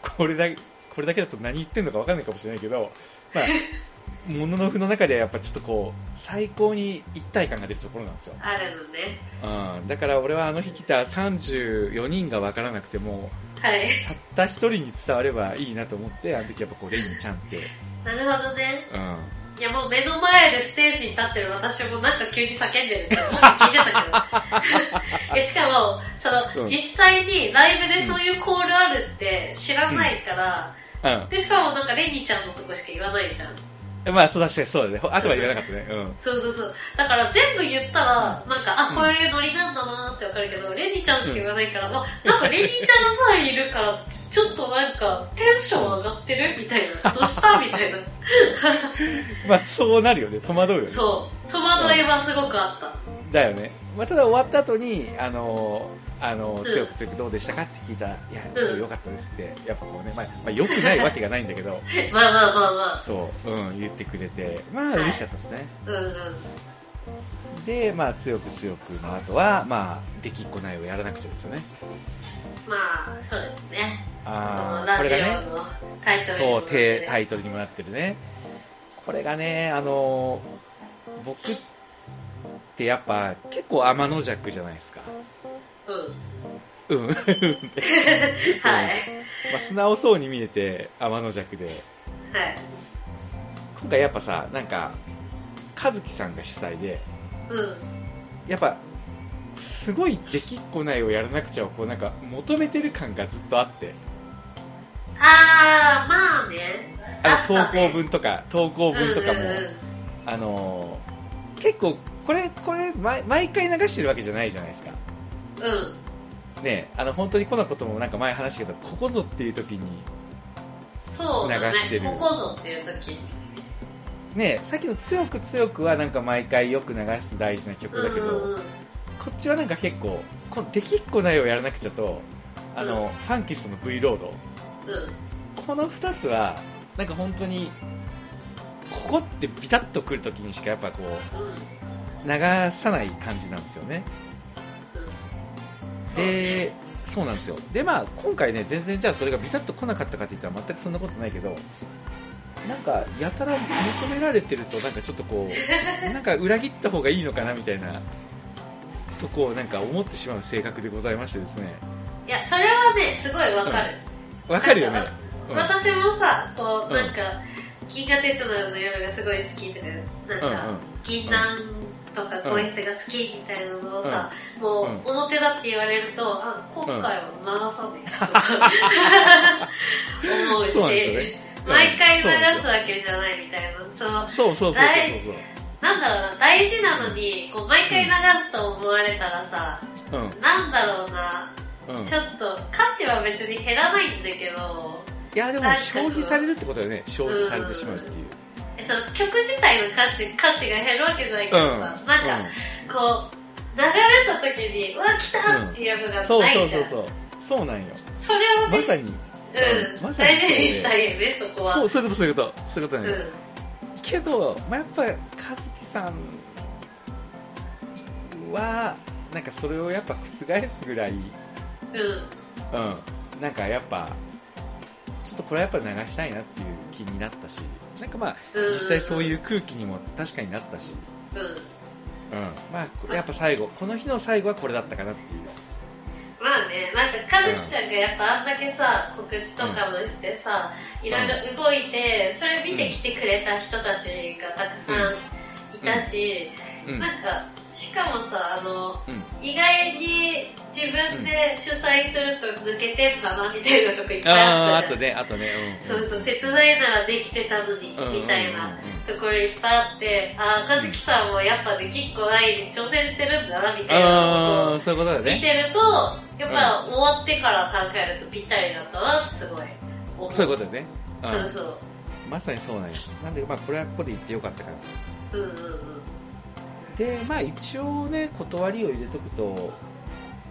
[SPEAKER 1] これだこれだけだと何言ってるのか分かんないかもしれないけど、まあ、もののふの中ではやっぱちょっとこう最高に一体感が出るところなんですよ、
[SPEAKER 2] あるのね。
[SPEAKER 1] うん、だから俺はあの日来た34人が分からなくても
[SPEAKER 2] はい。
[SPEAKER 1] たった一人に伝わればいいなと思ってあの時やっぱこうレニーちゃんって、
[SPEAKER 2] なるほどね。
[SPEAKER 1] うん、
[SPEAKER 2] いやもう目の前でステージに立ってる私もなんか急に叫んでるって思って聞いてた けどえしかもその、
[SPEAKER 1] うん
[SPEAKER 2] 実際にライブでそういうコールあるって知らないから、
[SPEAKER 1] う
[SPEAKER 2] でしかもなんかレニーちゃんのとこしか言わないじゃん
[SPEAKER 1] ん。まあ、そう確かにそうだね。ほあとは言わなかったね。うん。
[SPEAKER 2] そうそうそうだから全部言ったらなんかあこういうノリなんだなってわかるけど、レニーちゃんしか言わないから、まあ、なんかレニーちゃんの前にいるからちょっとなんかテンション上がってるみたいな どうしたみたいな
[SPEAKER 1] まあ、そうなるよね。戸惑うよね。
[SPEAKER 2] そう戸惑いはすごくあった、
[SPEAKER 1] だよね。まあ、ただ終わった後に、あのー、あのー、
[SPEAKER 2] うん
[SPEAKER 1] 強く強くどうでしたかって聞いたら、いや、
[SPEAKER 2] ん
[SPEAKER 1] すごい良かったですって。やっぱこうね、まあ、まあ、良くないわけがないんだけ ど、
[SPEAKER 2] まあまあまあまあ
[SPEAKER 1] そう、うん、言ってくれて、まあ、嬉しかったですね。
[SPEAKER 2] うんうん
[SPEAKER 1] で、まあ、強く強くの後は、まあ、できっこないをやらなくちゃですよね。
[SPEAKER 2] まあ、そうですね。こ
[SPEAKER 1] あ
[SPEAKER 2] の
[SPEAKER 1] あ、
[SPEAKER 2] ラ
[SPEAKER 1] これ
[SPEAKER 2] ジ
[SPEAKER 1] が
[SPEAKER 2] オ
[SPEAKER 1] ね、
[SPEAKER 2] のタイトル
[SPEAKER 1] そ
[SPEAKER 2] にも
[SPEAKER 1] う、
[SPEAKER 2] なって
[SPEAKER 1] て
[SPEAKER 2] る
[SPEAKER 1] タイトルにもなってるね。これがね、あのー、僕ってやっぱ結構天の弱じゃないですか。
[SPEAKER 2] うん。
[SPEAKER 1] うん。ま
[SPEAKER 2] はい。
[SPEAKER 1] あ素直そうに見えて天の弱で。
[SPEAKER 2] はい。
[SPEAKER 1] 今回やっぱさ、なんか、和樹さんが主催で、
[SPEAKER 2] うん。
[SPEAKER 1] やっぱ、すごいできっこないをやらなくちゃをこうなんか求めてる感がずっとあって、
[SPEAKER 2] あー、まあね。
[SPEAKER 1] あ
[SPEAKER 2] った
[SPEAKER 1] の投
[SPEAKER 2] ね
[SPEAKER 1] 稿文とか、投稿文とかも
[SPEAKER 2] うんうんうん
[SPEAKER 1] あのー結構これこれ毎毎回流してるわけじゃないじゃないですか
[SPEAKER 2] うん。
[SPEAKER 1] ねあの本当にこのこともなんか前話したけどここぞっていう時に
[SPEAKER 2] そうだ
[SPEAKER 1] 流してる
[SPEAKER 2] ね。ここぞっていう時。
[SPEAKER 1] ねさっきの「強く強く」はなんか毎回よく流す大事な曲だけど、
[SPEAKER 2] うんうんうん。
[SPEAKER 1] こっちはなんか結構こうできっこないをやらなくちゃとあの、
[SPEAKER 2] うん
[SPEAKER 1] ファンキストの V ロード
[SPEAKER 2] うん。
[SPEAKER 1] この2つはなんか本当にここってビタッとくる時にしかやっぱこう
[SPEAKER 2] うん。うん
[SPEAKER 1] 流さない感じなんですよね
[SPEAKER 2] そうね
[SPEAKER 1] で、そうなんですよ。で、まあ、今回ね、全然じゃあそれがビタッと来なかったかって言ったら全くそんなことないけど、なんか、やたら求められてると、なんかちょっとこ う、なんか裏切った方がいいのかなみたいな、とこをなんか思ってしまう性格でございましてですね。
[SPEAKER 2] いや、それはね、すごいわかる。
[SPEAKER 1] わかるよね
[SPEAKER 2] なんか。
[SPEAKER 1] うん
[SPEAKER 2] 私もさ、こ
[SPEAKER 1] う
[SPEAKER 2] う、
[SPEAKER 1] ん
[SPEAKER 2] なんか、銀河鉄道の夜がすごい好きとか、
[SPEAKER 1] うんう
[SPEAKER 2] なんんか、銀杏とか
[SPEAKER 1] うん
[SPEAKER 2] ポイ捨てが好きみたいなのをさ、もう
[SPEAKER 1] うん
[SPEAKER 2] 表だって言われると、あ今回は流さねえし、 思うし
[SPEAKER 1] そうなんですよね。うん
[SPEAKER 2] 毎回流すわけじゃないみたいな、その、
[SPEAKER 1] そうそうそうそうそう
[SPEAKER 2] なんだろうな、大事なのに、こう毎回流すと思われたらさ、
[SPEAKER 1] そう。うん。
[SPEAKER 2] なんだろうな、
[SPEAKER 1] うん。
[SPEAKER 2] ちょっと価値は別に減らないんだけど、
[SPEAKER 1] いや、でも消費されるってことだよね。消費されてしまうっていう。
[SPEAKER 2] えその曲自体の価値価値が減るわけじゃないけ
[SPEAKER 1] うん。
[SPEAKER 2] どさ、なんか、こう、流れた時に、うわ、来たっていうの
[SPEAKER 1] う
[SPEAKER 2] が
[SPEAKER 1] ん。そう
[SPEAKER 2] な
[SPEAKER 1] そう
[SPEAKER 2] いじゃ
[SPEAKER 1] そ
[SPEAKER 2] ん。
[SPEAKER 1] うそう。そうなんよ。
[SPEAKER 2] それをね、
[SPEAKER 1] まさに。
[SPEAKER 2] うん、
[SPEAKER 1] まさに
[SPEAKER 2] 大事にしたいよね、そこは。
[SPEAKER 1] そうう、そういうこと、そういうこと。そういうことね。
[SPEAKER 2] ん。
[SPEAKER 1] けど、まあ、やっぱ、和樹さんは、なんかそれをやっぱ覆すぐらい、うん、
[SPEAKER 2] うん。
[SPEAKER 1] なんかやっぱ、ちょっとこれはやっぱ流したいなっていう気になったし、なんかまあ、
[SPEAKER 2] うん
[SPEAKER 1] 実際そういう空気にも確かになったし、
[SPEAKER 2] うん。
[SPEAKER 1] うん、まあ、これやっぱ最後、この日の最後はこれだったかなっていう。
[SPEAKER 2] まあね、なんか、かずきちゃんがやっぱあんだけさ、告知とかもしてさ、いろいろ動いて、それ見てきてくれた人たちがたくさんいたし、
[SPEAKER 1] うん、
[SPEAKER 2] なんか、しかもさ、あの、
[SPEAKER 1] うん、
[SPEAKER 2] 意外に自分で主催すると抜けてんだな、みたいなとこいっぱい
[SPEAKER 1] ああー、
[SPEAKER 2] あっ
[SPEAKER 1] あ
[SPEAKER 2] たじ
[SPEAKER 1] と
[SPEAKER 2] ゃん。
[SPEAKER 1] ね、あとね、うん。
[SPEAKER 2] そうそう、手伝いならできてたのに、
[SPEAKER 1] うん
[SPEAKER 2] みたいな。
[SPEAKER 1] うん
[SPEAKER 2] ところいっぱいあって、ああ、和樹さんもやっぱできっこないで挑戦してるんだな、みたいな
[SPEAKER 1] あ
[SPEAKER 2] こ
[SPEAKER 1] あ、そういうことだ
[SPEAKER 2] とを見
[SPEAKER 1] ね。
[SPEAKER 2] てると、やっぱ終わってから考えるとぴったりだったなってすごい思う。
[SPEAKER 1] そういうことだね。う
[SPEAKER 2] そ
[SPEAKER 1] ん
[SPEAKER 2] う。そう。
[SPEAKER 1] まさにそうなんよ。なんで、まあ、これはここで言ってよかったかな。
[SPEAKER 2] うんうんうん。
[SPEAKER 1] で、まあ、一応ね、断りを入れとくと、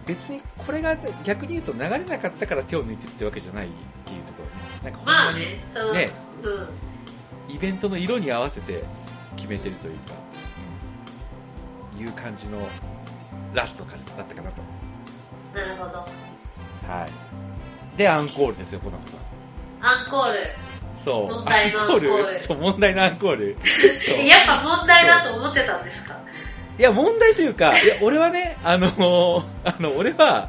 [SPEAKER 1] 別にこれが逆に言うと流れなかったから手を抜いてるってわけじゃないっていうところねなんかほん
[SPEAKER 2] ま
[SPEAKER 1] ま
[SPEAKER 2] あ
[SPEAKER 1] に
[SPEAKER 2] ね、その、
[SPEAKER 1] ね
[SPEAKER 2] うん。
[SPEAKER 1] イベントの色に合わせて決めてるというか、うんいう感じのラストかだったかなと
[SPEAKER 2] なるほど。
[SPEAKER 1] はいでアンコールですよコナコさん
[SPEAKER 2] アンコール。
[SPEAKER 1] そう
[SPEAKER 2] 問題のアンコール
[SPEAKER 1] そう問題のアンコー ルそう
[SPEAKER 2] えやっぱ問題だと思ってたん ですかはい。
[SPEAKER 1] や問題というかいや俺はねあのあの俺はい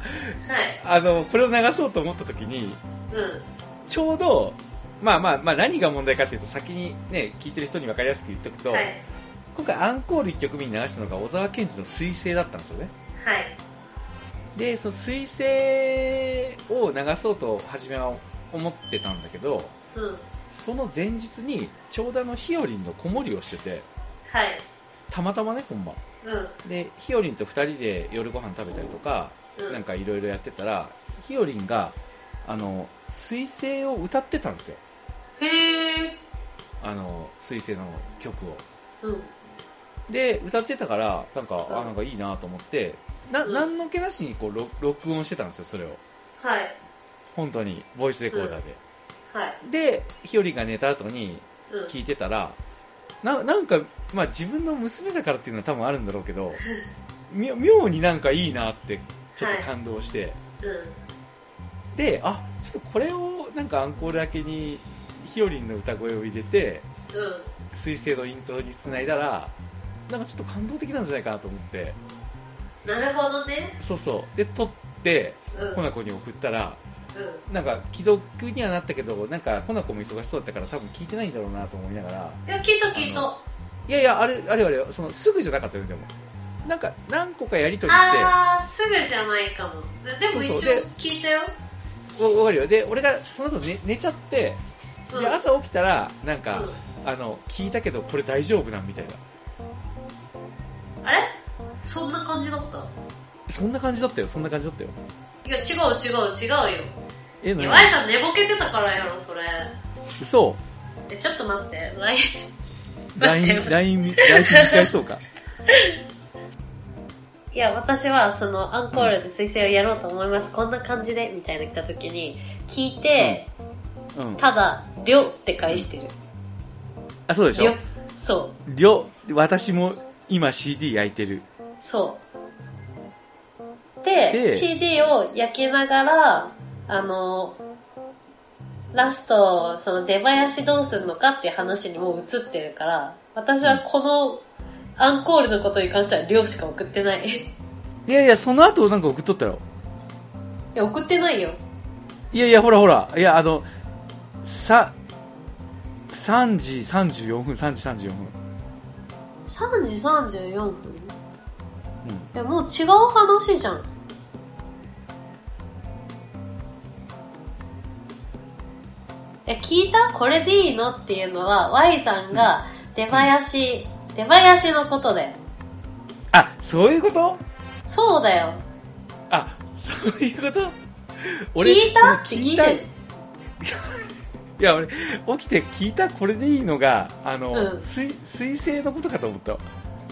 [SPEAKER 1] あのこれを流そうと思った時に
[SPEAKER 2] うん。
[SPEAKER 1] ちょうど、まあまあまあ、何が問題かというと先に、ね、聞いてる人に分かりやすく言っておくと、
[SPEAKER 2] はい。
[SPEAKER 1] 今回アンコール1曲目に流したのが小沢健二の「彗星」だったんですよね
[SPEAKER 2] はい。
[SPEAKER 1] でその「彗星」を流そうと初めは思ってたんだけど
[SPEAKER 2] うん。
[SPEAKER 1] その前日にちょうどあのひよりんの子守りをしてて
[SPEAKER 2] はい。
[SPEAKER 1] たまたまねほんま
[SPEAKER 2] うん。
[SPEAKER 1] でひよりんと2人で夜ご飯食べたりとか
[SPEAKER 2] うん。
[SPEAKER 1] なんかいろいろやってたらひよりんがあの彗星を歌ってたんですよ
[SPEAKER 2] へえ。
[SPEAKER 1] あの彗星の曲を
[SPEAKER 2] うん。
[SPEAKER 1] で歌ってたからなんか、
[SPEAKER 2] うん
[SPEAKER 1] あなんかいいなと思ってな、
[SPEAKER 2] うん
[SPEAKER 1] ん、何の気なしにこう録録音してたんですよそれを
[SPEAKER 2] はい。
[SPEAKER 1] 本当にボイスレコーダーで、
[SPEAKER 2] はい。
[SPEAKER 1] でひよりが寝た後に
[SPEAKER 2] うん。
[SPEAKER 1] 聞いてたらななんか、まあ、自分の娘だからっていうのは多分あるんだろうけ どみ妙になんかいいなってちょっと感動して、
[SPEAKER 2] うん。
[SPEAKER 1] であちょっとこれをなんかアンコール明けにひよりんの歌声を入れて
[SPEAKER 2] うん。
[SPEAKER 1] 彗星のイントロにつないだらなんかちょっと感動的なんじゃないかなと思って
[SPEAKER 2] なるほどね。
[SPEAKER 1] そうそうで撮って
[SPEAKER 2] うん。うん。
[SPEAKER 1] コナコに送ったらなんか既読にはなったけどなんかコナコも忙しそうだったから多分聞いてないんだろうなと思いながら
[SPEAKER 2] いや、聞いた聞いた。
[SPEAKER 1] あいやいやあれあれあれそのすぐじゃなかったよねでもなんか何個かやり取りして
[SPEAKER 2] あー、すぐじゃないかも。でも一
[SPEAKER 1] そ
[SPEAKER 2] 応
[SPEAKER 1] うそうで
[SPEAKER 2] 聞いたよ。
[SPEAKER 1] わわかるよで俺がその後寝寝ちゃって
[SPEAKER 2] うん
[SPEAKER 1] で朝起きたらなんか、
[SPEAKER 2] う
[SPEAKER 1] あの聞いたけどこれ大丈夫なんみたいなん
[SPEAKER 2] あれそんな感じだった
[SPEAKER 1] そんな感じだったよそんな感じだったよ
[SPEAKER 2] いや、違う違う違うよ。
[SPEAKER 1] え
[SPEAKER 2] い
[SPEAKER 1] 何
[SPEAKER 2] や、あやちゃん寝ぼけてたからやろ、それ。
[SPEAKER 1] 嘘
[SPEAKER 2] え、ちょっと待って。来待って
[SPEAKER 1] LINE ライン見返そうか
[SPEAKER 2] いや、私は、その、アンコールで彗星をやろうと思います。こんな感じで、みたいな来た時に、聞いて、
[SPEAKER 1] うん
[SPEAKER 2] ただ、りょって返してる。
[SPEAKER 1] あそうでし
[SPEAKER 2] りょ
[SPEAKER 1] ょ、
[SPEAKER 2] そ
[SPEAKER 1] りょ私も今 CD 焼いてる
[SPEAKER 2] う、そう。で、
[SPEAKER 1] で
[SPEAKER 2] CD を焼きながら、あの、ラスト、その出囃子どうすんのかっていう話にもう移ってるから、私はこのアンコールのことに関しては、りょしか送ってない。い
[SPEAKER 1] いやいやその後なんか送っとったよ
[SPEAKER 2] や、送ってないよ。
[SPEAKER 1] いやいやほらほらいやあのさ3時34分3時34分
[SPEAKER 2] 3時34分
[SPEAKER 1] うん
[SPEAKER 2] いや、もう違う話じゃん。え、聞いたこれでいいのっていうのは、Y さんが出囃子、出囃子のことだよ。
[SPEAKER 1] あそういうこと
[SPEAKER 2] そうだよ。
[SPEAKER 1] あそういうこと
[SPEAKER 2] 聞いたって聞いてる
[SPEAKER 1] い。や俺起きて聞いたこれでいいのがあの、
[SPEAKER 2] うん
[SPEAKER 1] 水彗星のことかと思った
[SPEAKER 2] い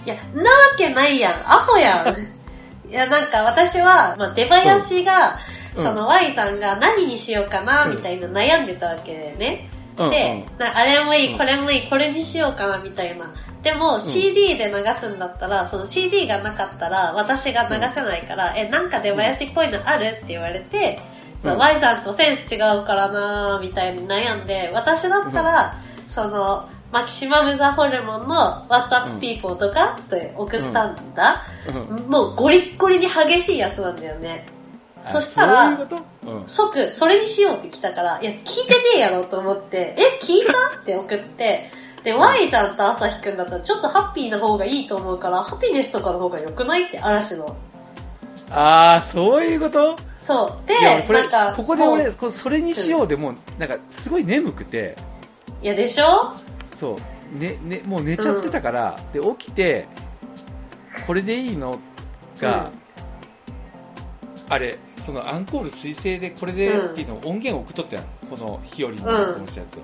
[SPEAKER 2] や、なわけないやん。アホやん。いや、なんか私は、まあ、出囃子が、
[SPEAKER 1] うん
[SPEAKER 2] その Y さんが何にしようかな、
[SPEAKER 1] うん
[SPEAKER 2] みたいな悩んでたわけだよね。
[SPEAKER 1] うん
[SPEAKER 2] で、なあれもいい、
[SPEAKER 1] うん
[SPEAKER 2] これもいい、これにしようかな、みたいな。でも、CD で流すんだったら、その CD がなかったら、私が流せないから、え、なんか出囃子っぽいのあるって言われて、
[SPEAKER 1] うん
[SPEAKER 2] Y さんとセンス違うからなーみたいに悩んで、私だったら、その、マキシマムザホルモンの What's Up People とかって送ったんだ。
[SPEAKER 1] うんうん
[SPEAKER 2] もうゴリッゴリに激しいやつなんだよね。
[SPEAKER 1] あ
[SPEAKER 2] そしたら、
[SPEAKER 1] そういうこと、うん
[SPEAKER 2] 即、それにしようって来たから、いや、聞いてねえやろと思って、え、聞いたって送って、で、Y ちゃんと朝日くんだったら、ちょっとハッピーな方がいいと思うから、ハピネスとかの方が良くないって、嵐の。
[SPEAKER 1] ああそういうこと
[SPEAKER 2] そう。で
[SPEAKER 1] いや、これ
[SPEAKER 2] なんか、
[SPEAKER 1] ここで
[SPEAKER 2] も
[SPEAKER 1] 俺
[SPEAKER 2] う
[SPEAKER 1] こうそれにしようでもうなんかすごい眠くて
[SPEAKER 2] いや、でしょ
[SPEAKER 1] そう、ねね、もう寝ちゃってたから、で起きてこれでいいのが、あれそのアンコール彗星でこれで
[SPEAKER 2] うん
[SPEAKER 1] っていうのを音源を送っとったやんこの日和に録音したやつを、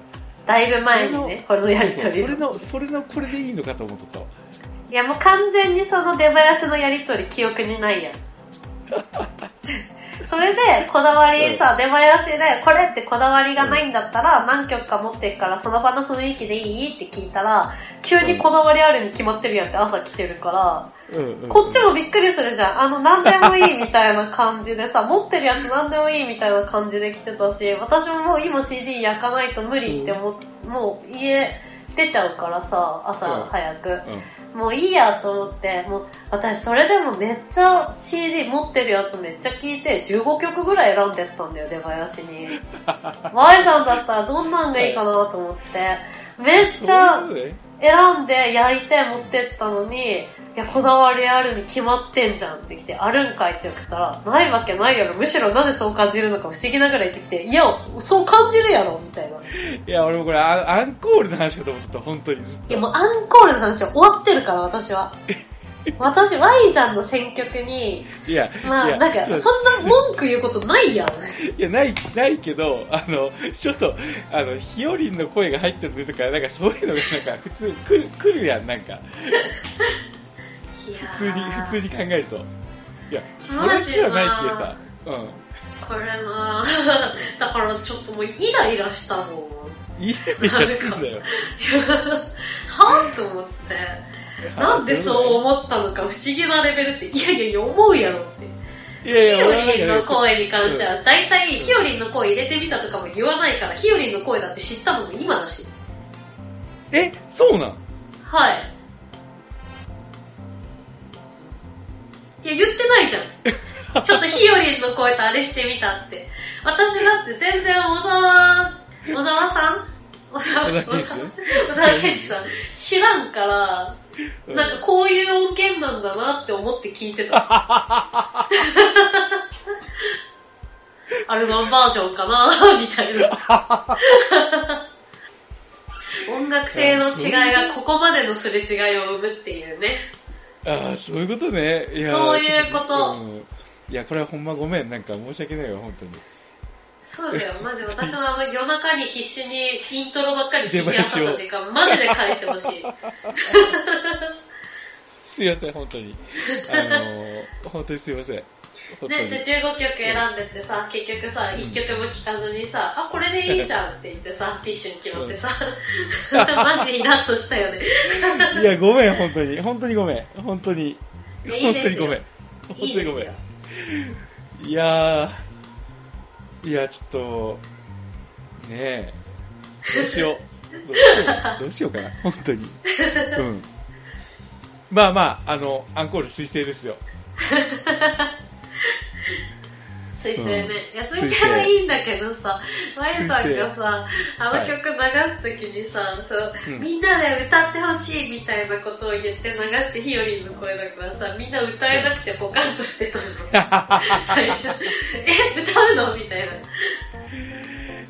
[SPEAKER 2] だいぶ前にね、このや
[SPEAKER 1] そう
[SPEAKER 2] り
[SPEAKER 1] そ
[SPEAKER 2] と
[SPEAKER 1] うそれ
[SPEAKER 2] り。
[SPEAKER 1] のそれのこれでいいのかと思っとったわ
[SPEAKER 2] いや、もう完全にその出囃子のやりとり、記憶にないやん。それで、こだわりさ、出前らしで、これってこだわりがないんだったら、何曲か持ってるから、その場の雰囲気でいいって聞いたら、急にこだわりあるに決まってるやんって朝来てるか
[SPEAKER 1] う
[SPEAKER 2] ら、
[SPEAKER 1] んうんうん
[SPEAKER 2] こっちもびっくりするじゃん。あの、何でもいいみたいな感じでさ、持ってるやつ何でもいいみたいな感じで来てたし、私ももう今 CD 焼かないと無理って思っ、もう家出ちゃうからさ、朝早く。もういいやと思って、もう私それでもめっちゃ CD 持ってるやつめっちゃ聴いて15曲ぐらい選んでったんだよ、出囃子に。Y さんだったらどんなんがいいかなと思って、めっちゃ
[SPEAKER 1] そうね
[SPEAKER 2] 選んで焼いて持ってったのに、いや、こだわりあるに決まってんじゃんって来て、あるんかいって送ったら、ないわけないやろ、むしろなぜそう感じるのか不思議なぐらい言ってきて、いや、そう感じるやろ、みたいな。
[SPEAKER 1] いや俺もこれアンアンコールの話かと思ってた本当にずっ
[SPEAKER 2] い
[SPEAKER 1] と
[SPEAKER 2] やもうアンコールの話は終わってるから、私 は。私、Y さんの選曲に、
[SPEAKER 1] いや
[SPEAKER 2] ま
[SPEAKER 1] い
[SPEAKER 2] あ、
[SPEAKER 1] や
[SPEAKER 2] なんか、
[SPEAKER 1] ち
[SPEAKER 2] そ
[SPEAKER 1] ょっと
[SPEAKER 2] んな文句言うことないやん。
[SPEAKER 1] いやないないけどあのちょっとあのひよりんの声が入ってるとかなんかそういうのがなんか普通くる来るやんなんか普
[SPEAKER 2] 普
[SPEAKER 1] 通に普通に考えるといやそ
[SPEAKER 2] マ
[SPEAKER 1] れ
[SPEAKER 2] ジ
[SPEAKER 1] すらないけさうん
[SPEAKER 2] これな だからちょっともうイライラしたもん。
[SPEAKER 1] いいやすんだよ
[SPEAKER 2] はぁと思って。 なんでそう思ったのか不思議なレベルって、いやいやいや、思うやろって。
[SPEAKER 1] いやいや
[SPEAKER 2] ひよりんの
[SPEAKER 1] う
[SPEAKER 2] 声に関しては、だいたいひよりんの声入れてみたとかも言わないから、ひよりんの声だって知ったのも今だし。
[SPEAKER 1] えそうなん
[SPEAKER 2] はい。いや、言ってないじゃん。 ちょっとひよりんの声とあれしてみたって。私だって全然小沢、小沢さん小沢
[SPEAKER 1] 小沢健二
[SPEAKER 2] 小沢健二さん知らんから、なんかこういう音源なんだなって思って聞いてた し。アルバムバージョンかなみたいな。音楽性の違いがここまでのすれ違いを生むっていうね。
[SPEAKER 1] ああそういうことねいや
[SPEAKER 2] そういうこと
[SPEAKER 1] ちょっうんいやこれはほんまごめんなんか申し訳ないわ本当に
[SPEAKER 2] そうだよ、マジ私のあの夜中に必死にイントロばっかり聞きあさった時間、マジで返してほしい。
[SPEAKER 1] すいません本当にあの ー本当にすいません本当
[SPEAKER 2] ね、
[SPEAKER 1] に
[SPEAKER 2] で15曲選んでってさ、結局さ、1曲も聴かずにさ、あ、これでいいじゃんって言ってさ、フィッシュに決まってさ、 マジイラッとしたよね。
[SPEAKER 1] いやごめん本当に本当にごめん本当に
[SPEAKER 2] いやいい
[SPEAKER 1] 本
[SPEAKER 2] で
[SPEAKER 1] 当
[SPEAKER 2] す
[SPEAKER 1] に
[SPEAKER 2] よ
[SPEAKER 1] ごめん 本当
[SPEAKER 2] いいで
[SPEAKER 1] に
[SPEAKER 2] す
[SPEAKER 1] ごめ
[SPEAKER 2] よ
[SPEAKER 1] ん。いやーいやちょっとねえどうしようどうしようどうしようかな本当にうんまあまああのアンコール推薦ですよ
[SPEAKER 2] 水星ね。いや、水
[SPEAKER 1] 水
[SPEAKER 2] 星
[SPEAKER 1] 星
[SPEAKER 2] はいいんだけどさ、まゆさんがさ、あの
[SPEAKER 1] はい
[SPEAKER 2] 曲流すときにさ、そう、
[SPEAKER 1] うん
[SPEAKER 2] みんなで歌ってほしいみたいなことを言って流してひよりんの声だからさ、みんな歌えなくてポカンとし てたの。最初。え、歌うのみたいな。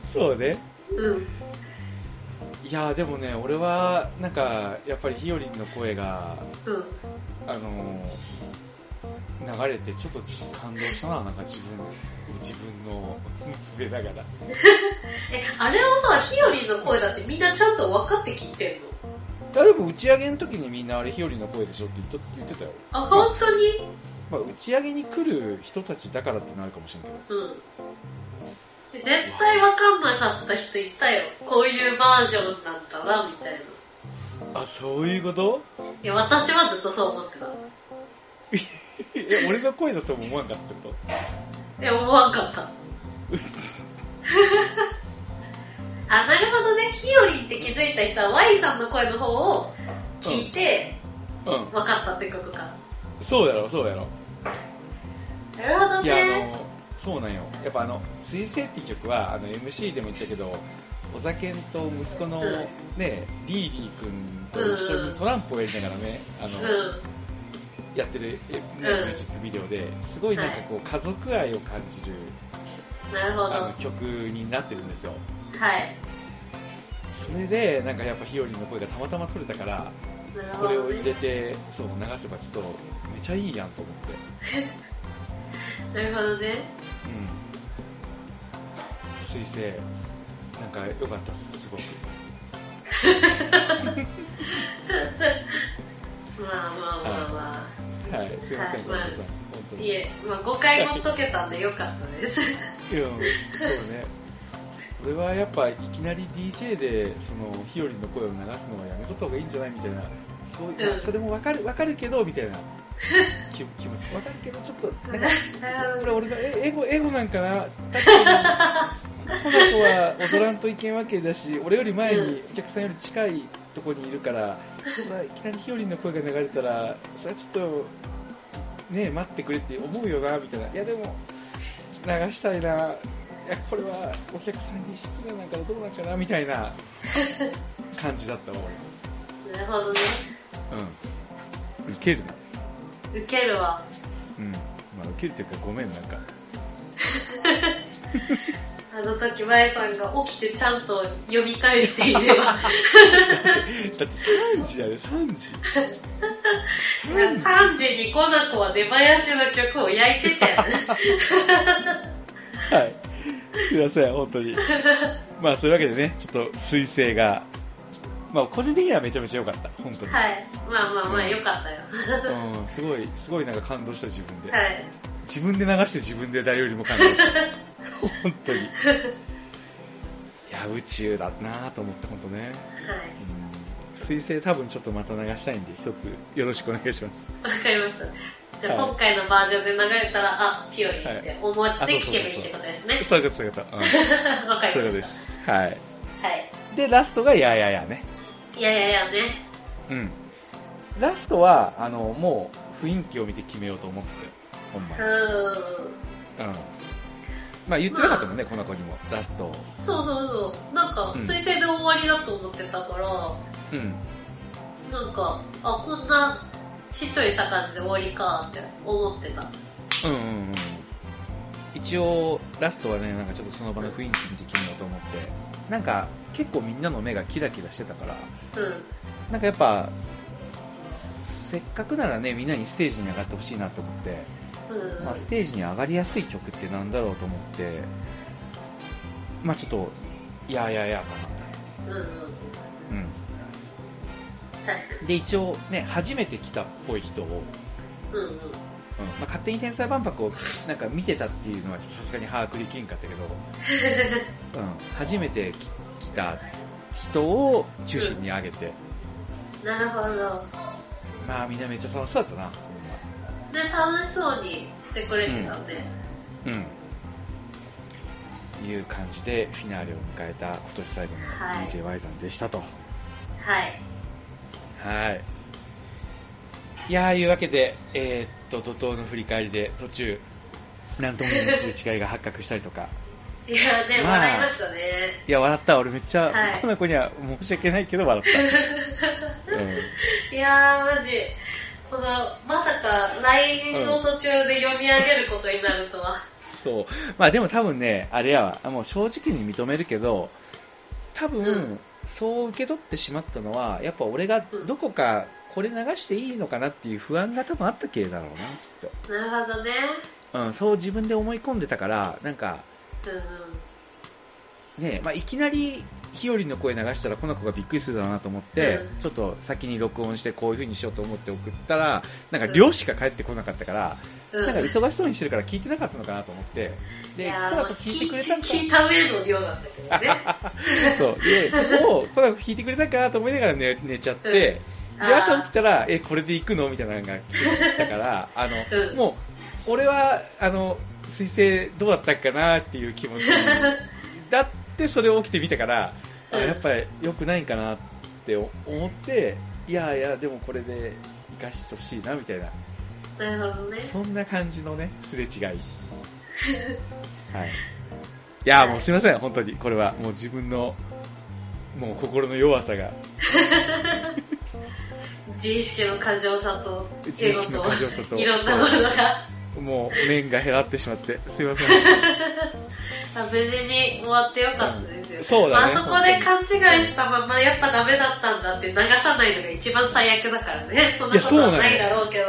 [SPEAKER 1] そうね
[SPEAKER 2] うん。
[SPEAKER 1] いやーでもね俺はなんかやっぱりひよりんの声が
[SPEAKER 2] うん。
[SPEAKER 1] あのー流れてちょっと感動したな、なんか自分、自分の娘ながら。
[SPEAKER 2] え、あれをさ、ひよりんの声だってみんなちゃんと分かって聞いてんの
[SPEAKER 1] あでも打ち上げの時にみんなあれ日和の声でしょって言っと言ってたよ。
[SPEAKER 2] あ、本当に
[SPEAKER 1] まあ、打ち上げに来る人たちだからってなるかもしれんけど。
[SPEAKER 2] うん。絶対分かんなかった人いたよ。こういうバージョンなんだな、みたいな。
[SPEAKER 1] あ、そういうこと
[SPEAKER 2] いや、私はずっとそう思ってた。
[SPEAKER 1] え、俺の声だとも思わんかったってこ
[SPEAKER 2] いや、思わんかった。 あ、なるほどね。ひよりんって気づいた人は Y さんの声の方を聞いて
[SPEAKER 1] とうん。
[SPEAKER 2] 分かったってことか。
[SPEAKER 1] そうやろ、そうやろ。
[SPEAKER 2] なるほ
[SPEAKER 1] い
[SPEAKER 2] ど
[SPEAKER 1] や、あ
[SPEAKER 2] ね。
[SPEAKER 1] の、そうなんよ。やっぱあの、水星っていう曲は、あの、MC でも言ったけど、お酒と息子のね、リーリー君と一緒にトランプをやりながらね、あの、
[SPEAKER 2] うん。
[SPEAKER 1] やってる、ね、ミ
[SPEAKER 2] うん
[SPEAKER 1] ュージックビデオですごいなんかこう家族愛を感じる、
[SPEAKER 2] なるほど。
[SPEAKER 1] あの
[SPEAKER 2] は
[SPEAKER 1] 曲になってるんですよ
[SPEAKER 2] い。
[SPEAKER 1] それでなんかやっぱひよりんの声がたまたま取れたから
[SPEAKER 2] なる
[SPEAKER 1] こ
[SPEAKER 2] ほ
[SPEAKER 1] れ
[SPEAKER 2] ど
[SPEAKER 1] を入
[SPEAKER 2] ね。
[SPEAKER 1] れてそう流せばちょっとめちゃいいやんと思って
[SPEAKER 2] なるほどね。
[SPEAKER 1] うん水星なんか良かったっすすごく
[SPEAKER 2] まあまあまあまあ。
[SPEAKER 1] はいすいません
[SPEAKER 2] はい
[SPEAKER 1] ごめんなさい
[SPEAKER 2] ま
[SPEAKER 1] 本当に
[SPEAKER 2] いえ、まあ、誤解も解けたんでよかった です。
[SPEAKER 1] いやそうね俺はやっぱいきなり DJ でその日和の声を流すのはやめとった方がいいんじゃないみたいなそういう、まあそれもわかるわかるけどみたいな気気持ちわかるけどちょっとなんかこれ俺のえエゴエゴなんかな確かにこの子は踊らんといけんわけだし俺より前にお客さんより近いとこにいるからそれはいきなりひよりんの声が流れたらそれはちょっとねえ待ってくれって思うよなみたいないやでも流したいないやこれはお客さんに失礼なんかどうなんかなみたいな感じだったわ
[SPEAKER 2] なるほどね。
[SPEAKER 1] 俺うんウケるな
[SPEAKER 2] 受けるわ。
[SPEAKER 1] うんまあウケるというかごめんなんか
[SPEAKER 2] あの時、まえさんが起きてちゃんと読み返して いれば。
[SPEAKER 1] だって3時やで3時
[SPEAKER 2] 3時にこの子は出囃子の曲を焼いて て。
[SPEAKER 1] はいすいません本当にまあそういうわけでねちょっと彗星がまあ個人的にはめちゃめちゃ良かった本当に、
[SPEAKER 2] はい。まあまあまあ、よかったよ。
[SPEAKER 1] うんすごいすごいなんか感動した自分で、
[SPEAKER 2] はい。
[SPEAKER 1] 自分で流して自分で誰よりも感動した 本当にいや宇宙だなと思って本当ね
[SPEAKER 2] は
[SPEAKER 1] う
[SPEAKER 2] い。
[SPEAKER 1] ん彗星多分ちょっとまた流したいんで一つよろしくお願いします
[SPEAKER 2] わかりました。じゃあ、
[SPEAKER 1] はい
[SPEAKER 2] 今回のバージョンで流れたら、あ、ピオリンって思って
[SPEAKER 1] はい
[SPEAKER 2] 聞けばいいってことですね。
[SPEAKER 1] そういうことそういうこと、うん、
[SPEAKER 2] わか
[SPEAKER 1] そういう
[SPEAKER 2] り
[SPEAKER 1] ことで
[SPEAKER 2] まし
[SPEAKER 1] すはい
[SPEAKER 2] た。はい。
[SPEAKER 1] でラストが「ややや」ね
[SPEAKER 2] いやいやいやね。
[SPEAKER 1] うんラストはあのもう雰囲気を見て決めようと思ってたよほんま
[SPEAKER 2] う
[SPEAKER 1] に、
[SPEAKER 2] ーん。
[SPEAKER 1] うん、まあ言ってなかったもんね、この子にもラストを
[SPEAKER 2] そうそうそう。なんか、
[SPEAKER 1] うん
[SPEAKER 2] 水星で終わりだと思ってたから、
[SPEAKER 1] うん
[SPEAKER 2] なんか、あ、こんな、しっとりした感じで終わりかって思ってた。
[SPEAKER 1] うんうんうん一応ラストはねなんかちょっとその場の雰囲気見て決めようと思ってなんか結構みんなの目がキラキラしてたから
[SPEAKER 2] うん。
[SPEAKER 1] なんかやっぱせっかくならねみんなにステージに上がってほしいなと思って
[SPEAKER 2] うん。
[SPEAKER 1] まあ、ステージに上がりやすい曲ってなんだろうと思って、まあ、ちょっと、いやいやいやか
[SPEAKER 2] うんうん。
[SPEAKER 1] な、
[SPEAKER 2] 確か
[SPEAKER 1] うん、で一応、ね、初めて来たっぽい人を、うん
[SPEAKER 2] に。うんうん。
[SPEAKER 1] まあ、勝手に天才万博をなんか見てたっていうのはちょっとさすがに把握できんかったけど、うん、初めてき来た人を中心に上げて、
[SPEAKER 2] なるほど。
[SPEAKER 1] まあみんなめっちゃ楽しそうだったな、
[SPEAKER 2] で、楽しそうにしてくれてたんで。
[SPEAKER 1] ほんまうん、いう感じでフィナーレを迎えた今年最後の
[SPEAKER 2] はい
[SPEAKER 1] DJY さんでしたと。
[SPEAKER 2] はい。
[SPEAKER 1] はい。いやー、いうわけで、えーっと、怒涛の振り返りで、途中、なんとも言えないすれ違いが発覚したりとか。
[SPEAKER 2] いやね、
[SPEAKER 1] まあ
[SPEAKER 2] 笑いましたね。
[SPEAKER 1] いや、笑った。俺めっちゃ、
[SPEAKER 2] はい
[SPEAKER 1] この子には申し訳ないけど笑 った。うん。
[SPEAKER 2] いやー、マジ。この、まさか LINE を途中で読み上げることになるとは。
[SPEAKER 1] そう。まあでも多分ね、あれやわ。もう正直に認めるけど、多分、
[SPEAKER 2] うん
[SPEAKER 1] そう受け取ってしまったのは、やっぱ俺がどこかこれ流していいのかなっていう不安が多分あったけれだろうな、きっ
[SPEAKER 2] なるほどね。
[SPEAKER 1] と。うん、そう自分で思い込んでたから、なんか、
[SPEAKER 2] うんうん。
[SPEAKER 1] ねまあ、いきなりひよりの声流したらこの子がびっくりするだろうなと思って、
[SPEAKER 2] うん
[SPEAKER 1] ちょっと先に録音してこういう風にしようと思って送ったらなんか量しか返ってこなかったから、
[SPEAKER 2] うん、
[SPEAKER 1] なんか忙しそうにしてるから聞いてなかったのかなと思ってで
[SPEAKER 2] い
[SPEAKER 1] コ
[SPEAKER 2] やー
[SPEAKER 1] ナコ聞いてくれたんか
[SPEAKER 2] 聞いた上の量なんだけどね。
[SPEAKER 1] そうでそこをコナコ聞いてくれたんかなと思いながら寝寝ちゃって、で
[SPEAKER 2] あー
[SPEAKER 1] 朝起きたらえこれで行くのみたいなのが来てたから あの、
[SPEAKER 2] うん
[SPEAKER 1] もう俺はあの彗星どうだったっかなっていう気持ちだ ってそれを起きてみたから、あ
[SPEAKER 2] うん
[SPEAKER 1] やっぱり良くないんかなって思っていやいやでもこれで生かしてほしいなみたいな
[SPEAKER 2] なるほどね。
[SPEAKER 1] そんな感じのねす れ違いはいいやもうすいません本当にこれはもう自分のもう心の弱さが
[SPEAKER 2] 自意識の過剰さと、
[SPEAKER 1] 自意識の過剰さと
[SPEAKER 2] エゴいろんなものが。
[SPEAKER 1] もう面が減らってしまってすいません
[SPEAKER 2] あ無事に終わってよかったですよ、
[SPEAKER 1] うんそうだね
[SPEAKER 2] まあそこで勘違いしたままやっぱダメだったんだって流さないのが一番最悪だからね。そんなことはないだろう けど。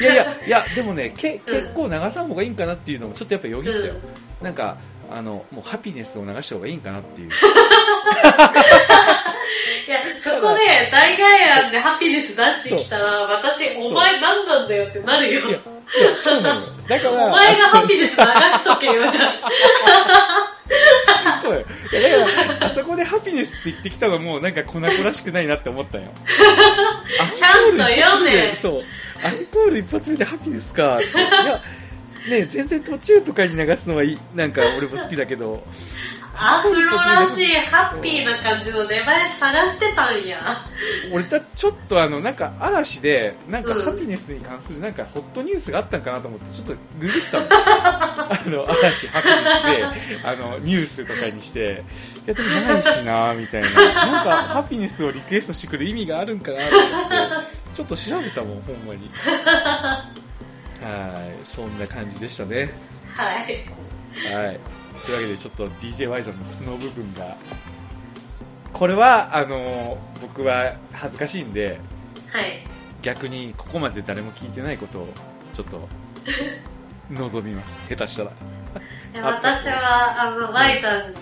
[SPEAKER 1] いやいやいやでもねけ結構流さん方がいいんかなっていうのもちょっとやっぱよぎったよ、なん かあのもうハピネスを流した方がいいんかなっていう
[SPEAKER 2] いや、そこで大概案でハピネス出してきたら、私、
[SPEAKER 1] う
[SPEAKER 2] お前何なんだよってなるよ。
[SPEAKER 1] いやいやそうなのよだか
[SPEAKER 2] お
[SPEAKER 1] ら
[SPEAKER 2] 前がハピネス流しとけよ、じゃ あ。
[SPEAKER 1] そうよいやだからあそこでハピネスって言ってきたのもなんか粉子らしくないなって思ったんよ
[SPEAKER 2] ちゃんと読め
[SPEAKER 1] そうアンコール一発目でハピネスかっていやね全然途中とかに流すのはいいなんか俺も好きだけど
[SPEAKER 2] アフロらしいハッピーな感じの根林探してたんや。
[SPEAKER 1] 俺だちょっとあのなんか嵐でなんか
[SPEAKER 2] うん
[SPEAKER 1] ハピネスに関するなんかホットニュースがあったんかなと思ってちょっとググったの あの嵐ハピネスで あのニュースとかにしていやでもないしなみたいななんかハピネスをリクエストしてくる意味があるんかなと思ってちょっと調べたもんほんまにはいそんな感じでしたね
[SPEAKER 2] はい。
[SPEAKER 1] はい。というわけで、ちょっと DJY さんの素の部分が、これは、あのー僕は恥ずかしいんで、
[SPEAKER 2] はい。
[SPEAKER 1] 逆にここまで誰も聞いてないことを、ちょっ と、望みます。下手したら。
[SPEAKER 2] で
[SPEAKER 1] 恥ずかしい
[SPEAKER 2] 私は、あの、Y さん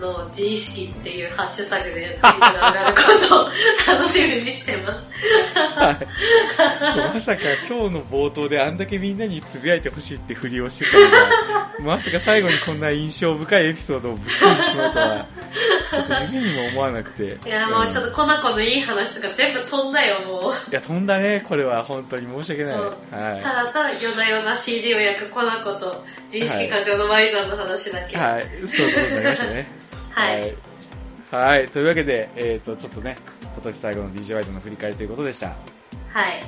[SPEAKER 2] の自意識っていうハッシュタグでツイートが上がることを 楽しみにしてます。
[SPEAKER 1] まさか今日の冒頭であんだけみんなにつぶやいてほしいってふりをしてた のが、まさか最後にこんな印象深いエピソードをぶっ込んでしまうとは、ちょっと夢にも思わなくて。
[SPEAKER 2] いや、もうちょっとコナコのいい話とか全部飛んだよ、もう。
[SPEAKER 1] いや、飛んだね、これは本当に申し訳ない。
[SPEAKER 2] うん
[SPEAKER 1] はい。
[SPEAKER 2] ただただ夜な夜な CD を焼くコナコと自意識過剰の Y さんの話だけ。
[SPEAKER 1] はい、そういうことになりましたね。
[SPEAKER 2] は
[SPEAKER 1] は
[SPEAKER 2] い。
[SPEAKER 1] い。はいというわけで、えっ、と、ちょっとね、今年最後の DJ ワイズの振り返りということでした。
[SPEAKER 2] はい。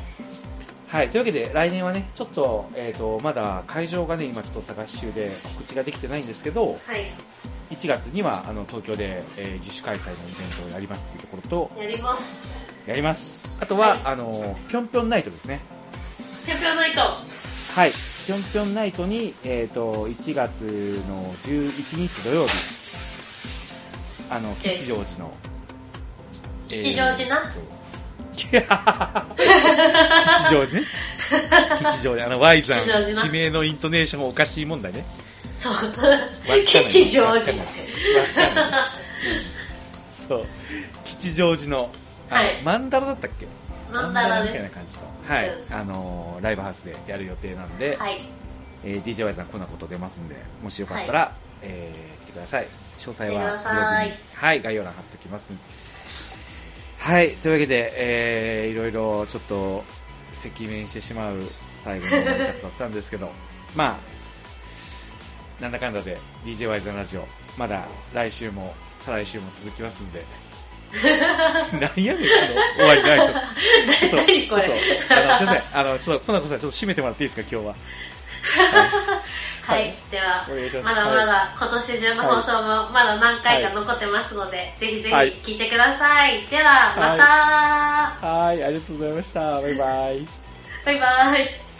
[SPEAKER 1] はい、というわけで、来年はね、ちょっと、えっ、と、まだ会場がね、今ちょっと探し中で告知ができてないんですけど、
[SPEAKER 2] はい。1
[SPEAKER 1] 1月には、あの、東京で、えー自主開催のイベントをやりますっていうところと、
[SPEAKER 2] やります。
[SPEAKER 1] やります。あとは、
[SPEAKER 2] はい
[SPEAKER 1] あの、ぴょんぴょんナイトですね。
[SPEAKER 2] ぴょんぴょんナイ ト。
[SPEAKER 1] はい、ぴょんぴょんナイトに、えー、と1月の11日土曜日、あの
[SPEAKER 2] です
[SPEAKER 1] 吉祥寺の、
[SPEAKER 2] 吉祥寺な
[SPEAKER 1] えーと 吉祥 寺ね、吉祥寺、あの Y さ
[SPEAKER 2] 吉祥寺
[SPEAKER 1] ん、
[SPEAKER 2] な
[SPEAKER 1] 地名のイントネーションがおかしい問題ね、
[SPEAKER 2] そう
[SPEAKER 1] わっ。かない
[SPEAKER 2] 吉祥寺って。
[SPEAKER 1] わっかない そう、吉祥寺の、あ
[SPEAKER 2] はい
[SPEAKER 1] 万太郎だったっけ、
[SPEAKER 2] なんだろう
[SPEAKER 1] みたいな
[SPEAKER 2] ね。
[SPEAKER 1] 感じの、はい
[SPEAKER 2] うん
[SPEAKER 1] あのライブハウスでやる予定なんで。
[SPEAKER 2] はい。
[SPEAKER 1] えー、DJY さんこんなこと出ますんでもしよかったら、えー来てください詳細は
[SPEAKER 2] 来てください
[SPEAKER 1] ブログにはい、概要欄貼っておきますはいというわけで、えーいろいろちょっと赤面してしまう最後の終わり方だったんですけど まあなんだかんだで DJY さんラジオまだ来週も再来週も続きます んで何やねんこの終わりないとちょっと、
[SPEAKER 2] 何
[SPEAKER 1] ちょ
[SPEAKER 2] こ
[SPEAKER 1] っと、あ
[SPEAKER 2] れ
[SPEAKER 1] の、すいません、あの、ちょっと、コナコさん、ちょっと締めてもらっていいですか、今日は。
[SPEAKER 2] は
[SPEAKER 1] はい
[SPEAKER 2] い。では
[SPEAKER 1] お願いしま、す
[SPEAKER 2] まだまだ今年中の放送もまだ何回
[SPEAKER 1] は
[SPEAKER 2] か
[SPEAKER 1] い
[SPEAKER 2] 残ってますので、ぜひぜひ
[SPEAKER 1] はい
[SPEAKER 2] 聞いてください。では、また
[SPEAKER 1] はい、ありがとうございました。バイバイ。
[SPEAKER 2] バイバイ。